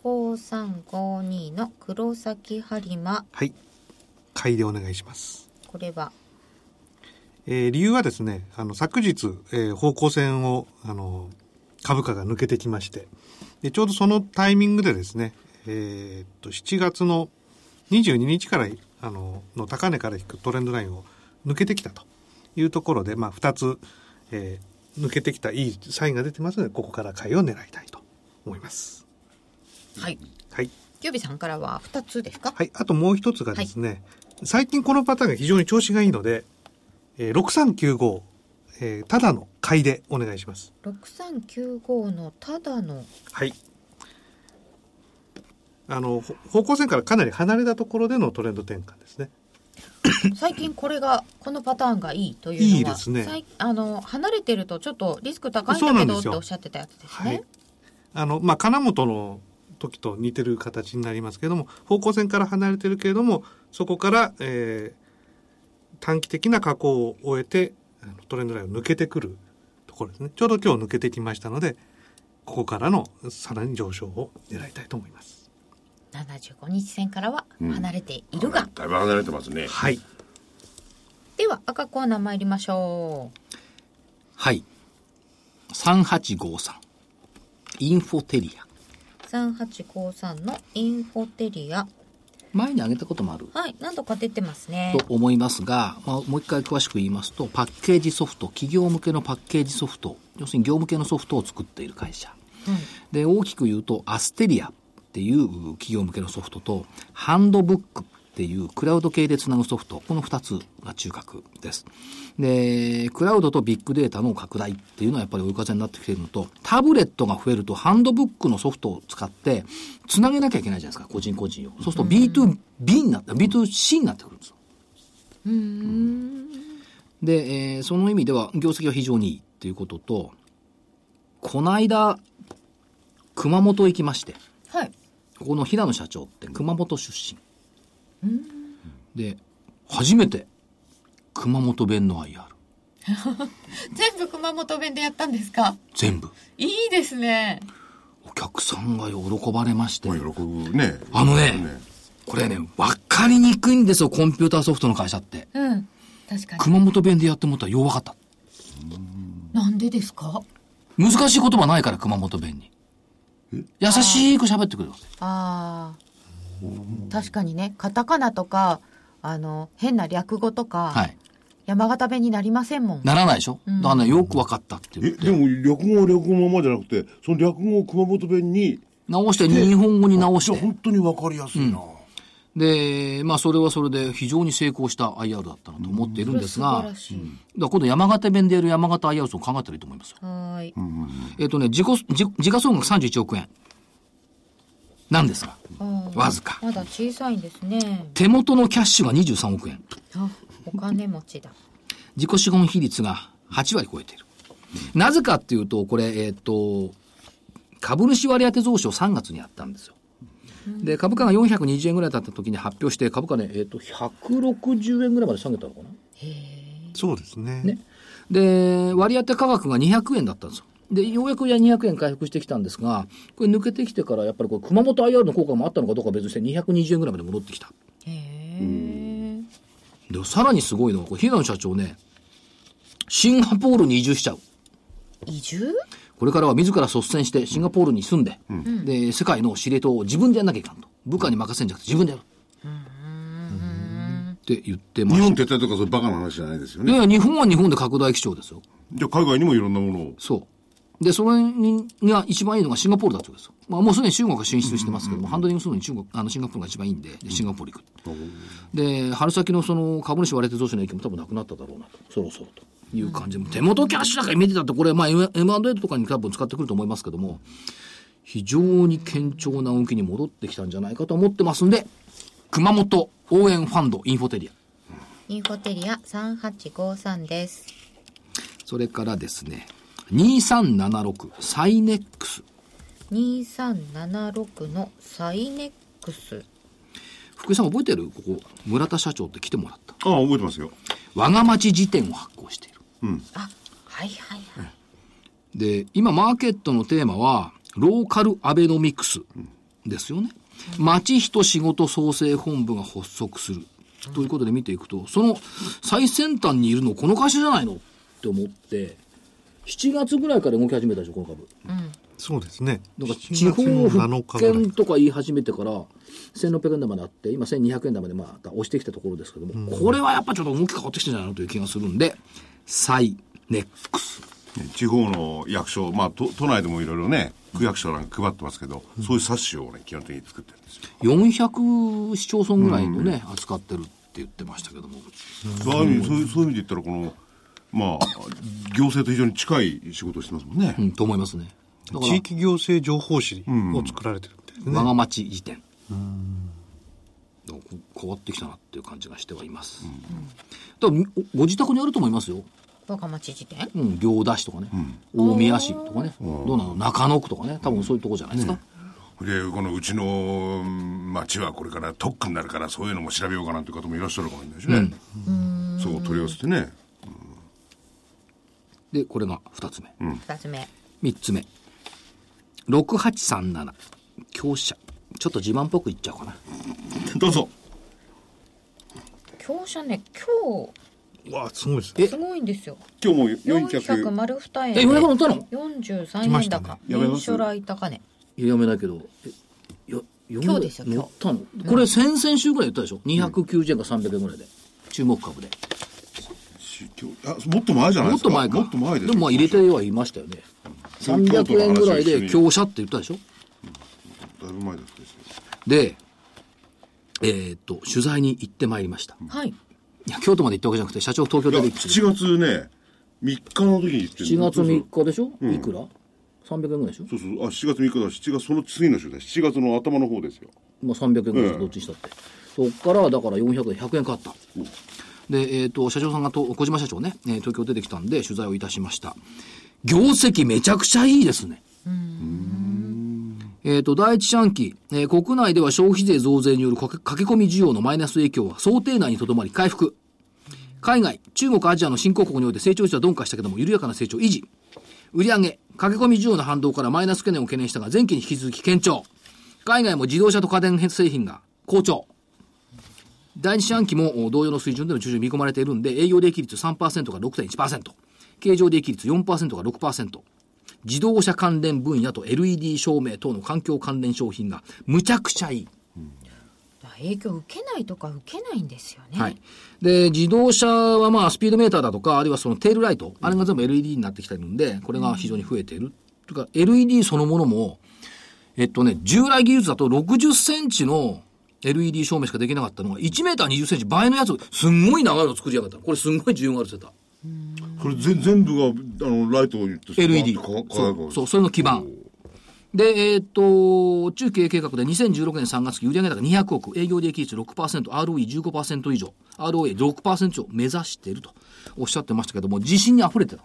Speaker 1: 5352の黒崎播磨
Speaker 3: はい。買いでお願いします。
Speaker 1: これは
Speaker 3: えー理由はですね、あの、昨日、えー方向線を、あの、株価が抜けてきまして、で、ちょうどそのタイミングでですね、えーっと、7月の22日から、あの、の高値から引くトレンドラインを抜けてきたというところで、まあ、2つ、えー抜けてきたいいサインが出てますので、ここから買いを狙いたいと思います。
Speaker 1: はい
Speaker 3: はい。
Speaker 1: キュービさんからは2つですか
Speaker 3: はい。あともう一つがですね、最近このパターンが非常に調子がいいので、えー、6395、えー、ただの買いでお願いします。
Speaker 1: 6395のただの
Speaker 3: はい。あの、ほ方向線からかなり離れたところでのトレンド転換ですね。
Speaker 1: 最近これがこのパターンがいいというのはい
Speaker 3: いですね
Speaker 1: さいあの離れてるとちょっとリスク高いん
Speaker 3: そう
Speaker 1: だ
Speaker 3: な
Speaker 1: け
Speaker 3: んで
Speaker 1: どっ
Speaker 3: す
Speaker 1: て
Speaker 3: よ
Speaker 1: おっしゃってたやつです
Speaker 3: はい
Speaker 1: ね。
Speaker 3: あの、まあ、金本の時と似てる形になりますけれども、方向線から離れてるけれども、そこから、えー短期的な加工を終えて、あのトレンドラインを抜けてくるところですね。ちょうど今日抜けてきましたので、ここからのさらに上昇を狙いたいと思います。
Speaker 1: 75日線からは離れているが、
Speaker 6: だいぶ離れてますね。
Speaker 3: はい。
Speaker 1: では赤コーナー参りましょう
Speaker 2: はい。3853。インフォテリア。
Speaker 1: 3853のインフォテリア
Speaker 2: 前に挙げたこともある
Speaker 1: はい何度か出てますね
Speaker 2: と思いますが、まあ、もう一回詳しく言いますと、パッケージソフト、企業向けのパッケージソフト、要するに業務系のソフトを作っている会社。で、大きく言うと、アステリアっていう企業向けのソフトと、ハンドブックっていうクラウド系でつなぐソフト、この2つが中核です。で、クラウドとビッグデータの拡大っていうのはやっぱり追い風になってきているのと、タブレットが増えると、ハンドブックのソフトを使って、つなげなきゃいけないじゃないですか、個人個人を。そうすると B2B になった、B2C になってくるんですよ。で、えーその意味では業績は非常にいいっていうことと、こないだ、熊本行きまして、
Speaker 1: はい
Speaker 2: ここの平野社長って熊本出身。で、初めて熊本弁の IR。
Speaker 1: 全部熊本弁でやったんですか
Speaker 2: 全部。
Speaker 1: いいですね
Speaker 2: お客さんが喜ばれまして
Speaker 4: まあ、。喜ぶね。
Speaker 2: あのね、これね、わかりにくいんですよ、コンピューターソフトの会社って。
Speaker 1: うん確かに
Speaker 2: 熊本弁でやってもらったらようわかった。
Speaker 1: なんでですか
Speaker 2: 難しい言葉ないから、熊本弁に。優しく喋ってくれる。
Speaker 1: あー確かにねカタカナとかあの変な略語とか、
Speaker 2: はい。
Speaker 1: 山形弁になりませんもん
Speaker 2: ならないでしょ、だからね、よくわかったって
Speaker 6: え、
Speaker 2: 言って
Speaker 6: で。も略語は略語のままじゃなくて、その略語を熊本弁に、
Speaker 2: 直して、日本語に直し
Speaker 6: じゃあ
Speaker 2: て。
Speaker 6: 本当にわかりやすいな。
Speaker 2: で、まあ、それはそれで非常に成功した IR だったなと思っているんですが、だか
Speaker 1: しい、
Speaker 2: ら今度山形弁でやる山形 IR を考えたらいいと思いますよ。
Speaker 1: はーい
Speaker 2: えっ、とね、自己、自時価総額31億円。なんですが、
Speaker 1: あー
Speaker 2: わずか。
Speaker 1: まだ小さいんですね
Speaker 2: 手元のキャッシュが23億円。
Speaker 1: あお金持ちだ
Speaker 2: 自己資本比率が8割超えている。なぜかっていうと、これ、えっ、と、株主割当増資を3月にやったんですよ。で、株価が420円ぐらいだった時に発表して、株価ね、えっ、と、160円ぐらいまで下げたのかな
Speaker 3: そうですね。
Speaker 2: ね。で、割当価格が200円だったんですよ。で、ようやくや200円回復してきたんですが、これ抜けてきてから、やっぱりこれ熊本 IR の効果もあったのかどうかは別にして220円ぐらいまで戻ってきた。
Speaker 1: へえ
Speaker 2: で、さらにすごいのは、これ、平野社長ね、シンガポールに移住しちゃう。
Speaker 1: 移住
Speaker 2: これからは自ら率先してシンガポールに住んで、で、世界の司令塔を自分でやんなきゃいかんと。部下に任せんじゃなくて自分でやる。って言ってま
Speaker 4: 日
Speaker 2: し
Speaker 4: 本撤退とかそういうバカな話じゃないですよ
Speaker 2: た。いや
Speaker 4: ね。
Speaker 2: いや、日本は日本で拡大基調ですよ。
Speaker 4: じゃあ海外にもいろんなものを。
Speaker 2: そう。で、それにが一番いいのがシンガポールだったんですよ。まあもうすでに中国が進出してますけども、ハンドリングするのに中国、あのシンガポールが一番いいんで、でシンガポール行く。で、春先のその株主割れて増資の影響も多分なくなっただろうなと、そろそろという感じで、手元キャッシュだけ見てたって、これ、まあ M- M&A とかに多分使ってくると思いますけども、非常に堅調な動きに戻ってきたんじゃないかと思ってますんで、熊本応援ファンドインフォテリア。
Speaker 1: インフォテリア3853です
Speaker 2: それからですね、2376サイネックス。
Speaker 1: 2376のサイネックス
Speaker 2: 福井さん覚えてるここ村田社長って来てもらった
Speaker 4: ああ、覚えてますよ。
Speaker 2: 我が町辞典を発行している
Speaker 1: あはいはいはい
Speaker 2: で今マーケットのテーマはローカルアベノミクスですよね町人仕事創生本部が発足するということで見ていくとその最先端にいるのこの会社じゃないのって思って7月ぐらいから動き始めたでしょこの株
Speaker 3: そうですね。
Speaker 2: なんか
Speaker 3: 7
Speaker 2: 地方
Speaker 3: 月の
Speaker 2: 復
Speaker 3: 7日ぐら
Speaker 2: 権
Speaker 3: い
Speaker 2: とか言い始めてから1600円玉であって今1200円玉でまた押してきたところですけども、これはやっぱちょっと動き変わってきてんじゃないのという気がするんでサイネックス
Speaker 4: ね地方の役所、まあ、都都内でもいろいろね、区役所なんか配ってますけど、そういう冊子をね、基本的に作ってるんですよ。
Speaker 2: 400市町村ぐらいのね、扱ってるって言ってましたけども。
Speaker 4: そういう意味そういうそういう意味で言ったら、この、まあ、行政と非常に近い仕事をしてますもんね。
Speaker 2: うん、と思いますね。だから
Speaker 3: 地、域行政情報誌を作られてるみたいですね。
Speaker 2: 我が町辞典。だからこ変わってきたなっていう感じがしてはいます。だからみご自宅にあると思いますよ。
Speaker 1: 若町辞典
Speaker 2: うん、行田市とかね、大宮市とかね、どうなの中野区とかね、多分そういうとこじゃないですか。
Speaker 4: で、このうちのうん町はこれから特区になるから、そういうのも調べようかなんていう方もいらっしゃるかもしれないしね。そう取り寄せてね。
Speaker 2: で、これが2つ目。
Speaker 1: 二つ目
Speaker 2: 3つ目。6837、強者。ちょっと自慢っぽく言っちゃおうかな。
Speaker 4: どうぞ。
Speaker 1: 強者ね今
Speaker 3: わあ、すごいですね。
Speaker 1: 日すごいんですよ
Speaker 4: 今日も
Speaker 1: 400丸二円
Speaker 2: え、400乗ったの
Speaker 3: 来
Speaker 1: 43
Speaker 3: ま
Speaker 1: 円
Speaker 3: したね
Speaker 1: 高
Speaker 4: やめま
Speaker 1: 年
Speaker 4: す
Speaker 1: 初来高値
Speaker 2: いややめだけど、えよ
Speaker 1: 今日ですよ今日
Speaker 2: 乗ったのこれ先々週ぐらい言ったでしょ ?290 円か300円ぐらいで。注目株で。
Speaker 4: あもっと前じゃない
Speaker 2: もっ
Speaker 4: です
Speaker 2: と
Speaker 4: か
Speaker 2: 前か。
Speaker 4: もっと前です
Speaker 2: でもまあ入れてはいましたよね。300円ぐらいで強者って言ったでしょ
Speaker 4: だいぶ前だったですね
Speaker 2: で、えーっと、取材に行ってまいりました。
Speaker 1: はい
Speaker 2: いや、京都まで行ったわけじゃなくて、社長東京
Speaker 4: いや
Speaker 2: で行って
Speaker 4: 7月ね3日の時に行って
Speaker 2: 7月3
Speaker 4: 日
Speaker 2: 日でしょ、いくら ?300 円ぐらいでしょ
Speaker 4: そうそうあ7月3日だ7月その次の週だ7月の頭の方ですよ
Speaker 2: まあ、300円ぐらいです
Speaker 4: うん
Speaker 2: どっちにしたって、そこからだから400円100円買ったで、えー、と社長さんがと小島社長ね、えー東京出てきたんで取材をいたしました業績めちゃくちゃいいですねえー、と第一四半期、えー国内では消費税増税によるかけ駆け込み需要のマイナス影響は想定内にとどまり回復海外中国アジアの新興国において成長率は鈍化したけども緩やかな成長維持売上、駆け込み需要の反動からマイナス懸念を懸念したが、前期に引き続き堅調。海外も自動車と家電製品が好調。第二四半期もお同様の水準での中長見込まれているんで、営業利益率3%が6.1%、経常利益率4%が6%、自動車関連分野と LED 照明等の環境関連商品がむちゃくちゃいい。
Speaker 1: 影響受けないとか受けないんですよね、
Speaker 2: はい。で、自動車はまあ、スピードメーターだとか、あるいはそのテールライト、あれが全部 LED になってきてるんで、これが非常に増えている。とか、LED そのものも、えっとね、従来技術だと60センチの LED 照明しかできなかったのが、1メーター20センチ倍のやつ、すんごい長いの作りやがった。これすんごい需要があるって言って
Speaker 4: これ全全部があのライトを言って
Speaker 2: た。LED
Speaker 4: スパッ。と
Speaker 2: そ
Speaker 4: 輝くわ
Speaker 2: う、
Speaker 4: け
Speaker 2: そう、それの基盤。で、えっと、中経営計画で2016年3月期売上高200億、営業利益率6%、ROE15% 以上、ROA6% を目指しているとおっしゃってましたけども、自信に溢れてた。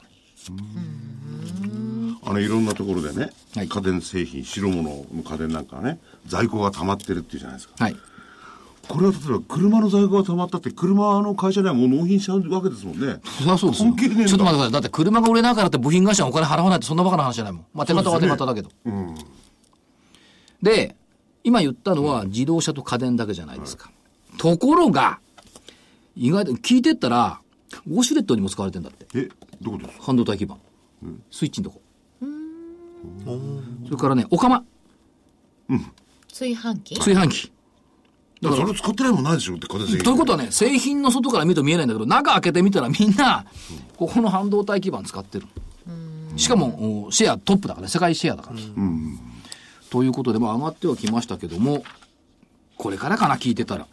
Speaker 4: あのいろんなところでね、
Speaker 2: はい
Speaker 4: 家電製品白物の家電なんかはね在庫が溜まってるっていうじゃないですか
Speaker 2: はい。
Speaker 4: これは例えば車の在庫が溜まったって車の会社にはもう納品しちゃうわけですもんね
Speaker 2: そりゃそうですよ。
Speaker 4: 関係ねえんだ
Speaker 2: ちょっと待ってください。だって車が売れないからって部品会社にお金払わないってそんなバカな話じゃないもん。まあ手形は手形だけど。で今言ったのは自動車と家電だけじゃないですか。ところが、意外と聞いてったら、ウォシュレットにも使われてんだって。
Speaker 4: えどこですか
Speaker 2: 半導体基板、スイッチのとこそれからねお釜
Speaker 1: 炊飯器
Speaker 2: 炊飯器
Speaker 4: だからそれ使ってないもんないでしょって家電製品
Speaker 2: ということはね製品の外から見ると見えないんだけど中開けてみたらみんなここの半導体基板使ってるしかもおシェアトップだからね世界シェアだから、ということでまあ上がってはきましたけどもこれからかな聞いてたら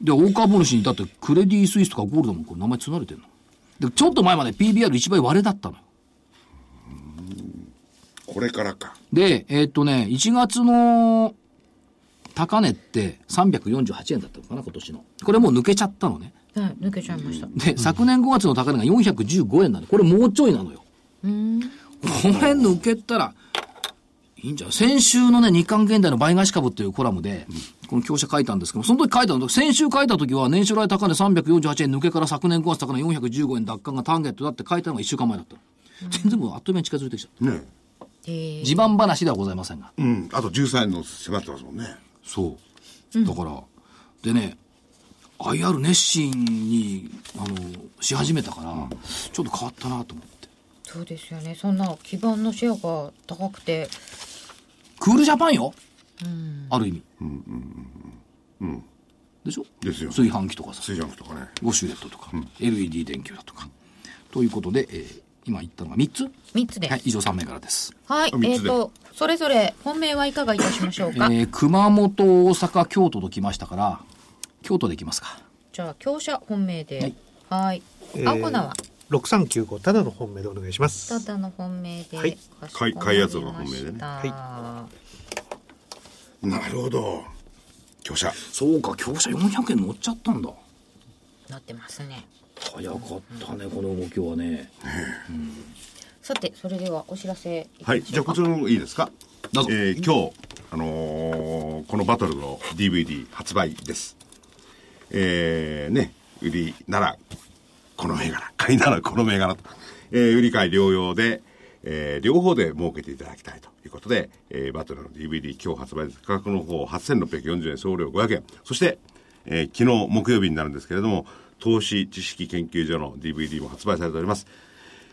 Speaker 2: で大株主にだってクレディ・スイスとかゴールドもこれ名前つなれてるのでちょっと前まで PBR1 倍割れだったのよ
Speaker 4: これからか
Speaker 2: で、えーっとね、1月の高値って348円だったのかな、今年の。これもう抜けちゃったのね。
Speaker 1: はい抜けちゃいました
Speaker 2: で、昨年5月の高値が415円なの。これもうちょいなのよ。これ抜けたら、いいんじゃない先週のね、日刊現代の倍返し株っていうコラムで、この強者書いたんですけど、その時書いたの、先週書いた時は年初来高値348円抜けから昨年5月高値415円奪還がターゲットだって書いたのが1週間前だったの。全然もうあっという間に近づいてきちゃった。
Speaker 4: ね
Speaker 2: 地盤話ではございませんが。
Speaker 4: うんあと13円の迫ってますもんね
Speaker 2: そう。だから、でね、IR 熱心に、あの、し始めたから、ちょっと変わったなと思って。
Speaker 1: そうですよねそんな基盤のシェアが高くて
Speaker 2: クールジャパンよ、ある意味。でしょ
Speaker 4: ですよ
Speaker 2: 炊飯器とかさ、
Speaker 4: 水ジャンクとかね
Speaker 2: ウォシュレットとか、LED 電球だとか。ということで、えー今言ったのが3つ
Speaker 1: 3つで
Speaker 2: はい、以上3名からです。
Speaker 1: はい、
Speaker 4: 三つで
Speaker 1: えっ、と、それぞれ本命はいかがいたしましょう
Speaker 2: え
Speaker 1: か。
Speaker 2: ー熊本、大阪、京都と来ましたから、京都で行きますか。
Speaker 1: じゃあ、強者本命
Speaker 2: は
Speaker 1: で
Speaker 2: い。
Speaker 1: はい。
Speaker 3: えー
Speaker 1: 青コーナーは、
Speaker 3: 六三九五ただの本命でお願いします
Speaker 1: た。だの本命で。
Speaker 3: はい
Speaker 1: かしこま
Speaker 4: かい
Speaker 1: りました
Speaker 4: かいやつの本命でね
Speaker 3: は
Speaker 7: なるほど。強者。
Speaker 2: そうか、強者400円乗っちゃったんだ。
Speaker 1: なってますね。
Speaker 2: 早かったね、この動きはね。
Speaker 1: さて、それではお知らせい
Speaker 4: はい、
Speaker 1: きま
Speaker 4: じ
Speaker 1: し
Speaker 4: ゃ
Speaker 1: ょ
Speaker 4: あ
Speaker 1: うか
Speaker 4: こちらの方がいいですか。
Speaker 2: どうぞ
Speaker 4: えー今日、あのーこのバトルの DVD 発売です。えーね、売りなら、この銘柄、 買いならこの銘柄と。えー売り買い両用で、えー両方で儲けていただきたいということで、えーバトルの DVD 今日発売です。価格の方8640円、送料500円。そして、えー昨日木曜日になるんですけれども、投資知識研究所の DVD も発売されております。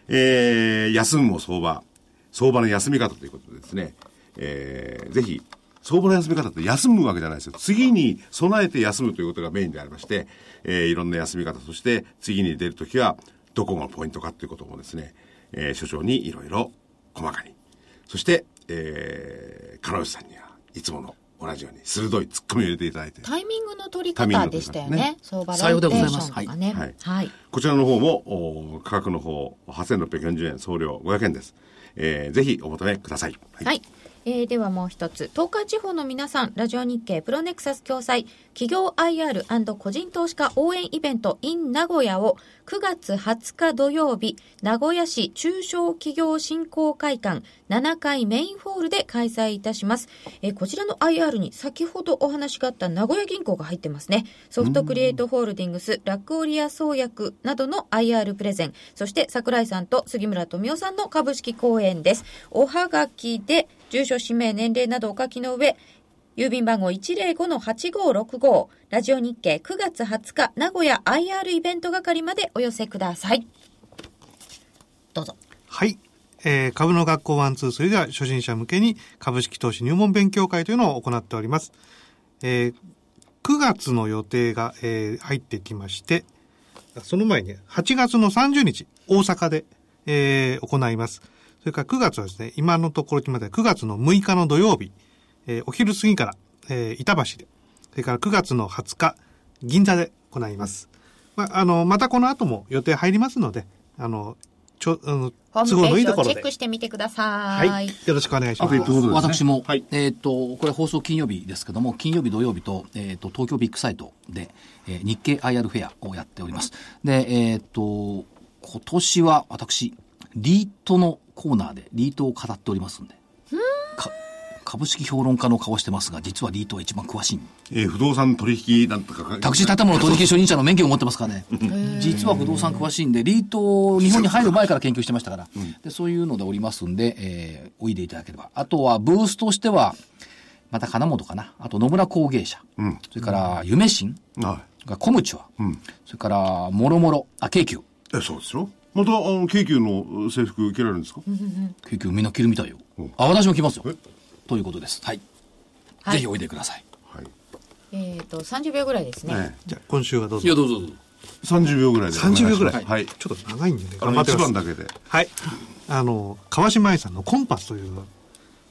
Speaker 4: えー休むも相場、相場の休み方ということでですね、えーぜひ、相場の休み方って休むわけじゃないですよ。次に備えて休むということがメインでありまして、えーいろんな休み方、そして次に出るときは、どこがポイントかということもですね、えー所長にいろいろ細かに。そして、えー、金内さんには、いつもの同じように鋭い突っ込みを入れていただいて、
Speaker 1: タイミングの取り
Speaker 4: タイミング
Speaker 1: 方
Speaker 4: の取
Speaker 1: でし
Speaker 4: り方
Speaker 1: たよ
Speaker 4: ね
Speaker 1: ね。相場
Speaker 2: さようでございます
Speaker 1: ローテーションとかね。は
Speaker 4: はいい。
Speaker 1: はい。
Speaker 4: こちらの方も、お価格の方、8640円、送料500円です。えーぜひお求めください。はい
Speaker 1: はいえーではもう一つ東海地方の皆さんラジオ日経プロネクサス共催企業 IR& 個人投資家応援イベント in 名古屋を9月20日土曜日名古屋市中小企業振興会館7階メインホールで開催いたします、えーこちらの IR に先ほどお話があった名古屋銀行が入ってますねソフトクリエイトホールディングスラクオリア創薬などの IR プレゼンそして桜井さんと杉村富夫さんの株式講演ですおはがきで住所氏名年齢などお書きの上郵便番号105-8565ラジオ日経9月20日名古屋 IR イベント係までお寄せくださいどうぞ
Speaker 3: はい。えー株の学校ワンツースリーでは初心者向けに株式投資入門勉強会というのを行っております。えー9月の予定が、えー入ってきまして、あその前に8月の30日、大阪で、えー行います。それから9月はですね、今のところ決まってない9月の6日の土曜日、えーお昼過ぎから、えー板橋で、それから9月の20日、銀座で行います。まあ、あの、またこの後も予定入りますので、あの、ちょ、あの、
Speaker 1: ホー
Speaker 3: 都
Speaker 1: ムペ
Speaker 3: 合の
Speaker 1: ー
Speaker 3: い
Speaker 1: ジ
Speaker 3: いと
Speaker 1: を
Speaker 3: こ
Speaker 1: チェッ
Speaker 3: ろで
Speaker 1: ク。してみてください、
Speaker 3: はい。よろしくお願いし
Speaker 7: あ
Speaker 3: ます
Speaker 7: と。一ところですね。
Speaker 2: 私も、
Speaker 4: はい
Speaker 2: えっ、と、これ放送金曜日ですけども、金曜日、土曜日と、えっ、と、東京ビッグサイトで、えー日経 IR フェアをやっております。で、えっ、と、今年は私、リートのコーナーで、リートを語っておりますんで、か株式評論家の顔してますが、実はリートは一番詳しいんで
Speaker 7: えー不動産取引なんとか。
Speaker 2: タクシー建物取引初任者の免許を持ってますからね。実は不動産詳しいんで、リートを日本に入る前から研究してましたから。で、そういうのでおりますんで、えーおいでいただければ。あとは、ブースとしては、また金本かな。あと、野村工芸社。それから、夢新。
Speaker 7: は
Speaker 2: それからコムチュア。それから、もろもろ。あ、京急。
Speaker 7: い。え、そうですよ。また、あの、京急の制服着られるんですか
Speaker 2: 京急みんな着るみたいよ
Speaker 7: うん。
Speaker 2: あ、私も着ますよ
Speaker 7: え。
Speaker 2: ということです。はい。
Speaker 1: はい
Speaker 2: ぜひおいでください。
Speaker 7: はい。
Speaker 1: えっ、と30秒ぐらいですね
Speaker 7: ね
Speaker 3: じゃあ今週はどうぞ。
Speaker 2: どうぞどうぞ。
Speaker 7: 30秒ぐらいでお願いします。
Speaker 3: 30秒ぐらい。
Speaker 7: はい。
Speaker 3: ちょっと長いんでね。
Speaker 7: あ
Speaker 3: 頑張
Speaker 7: の、
Speaker 3: って
Speaker 7: 一
Speaker 3: くださ
Speaker 7: 番
Speaker 3: い
Speaker 7: だけで。
Speaker 3: はい。あの、川島愛さんのコンパスというの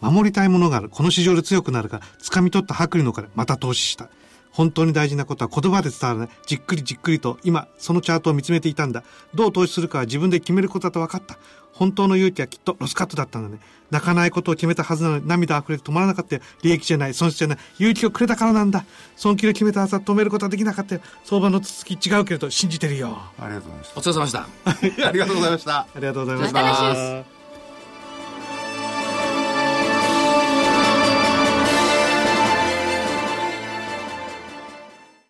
Speaker 3: は、守りたいものがある。この市場で強くなるから、掴み取った薄利のからまた投資した。本当に大事なことは言葉で伝わらない。じっくりじっくりと、今、そのチャートを見つめていたんだ。どう投資するかは自分で決めることだと分かった。本当の勇気はきっとロスカットだったんだね。泣かないことを決めたはずなのに涙溢れて止まらなかったよ。利益じゃない、損失じゃない、勇気をくれたからなんだ。損切りを決めたはずは止めることはできなかったよ。相場の続き違うけれど、信じてるよ。
Speaker 7: ありがとうございました
Speaker 2: お。疲れ様でした。
Speaker 7: ありがとうございました。
Speaker 3: ありがとうございま
Speaker 2: ま
Speaker 3: したた。
Speaker 2: 来
Speaker 1: 週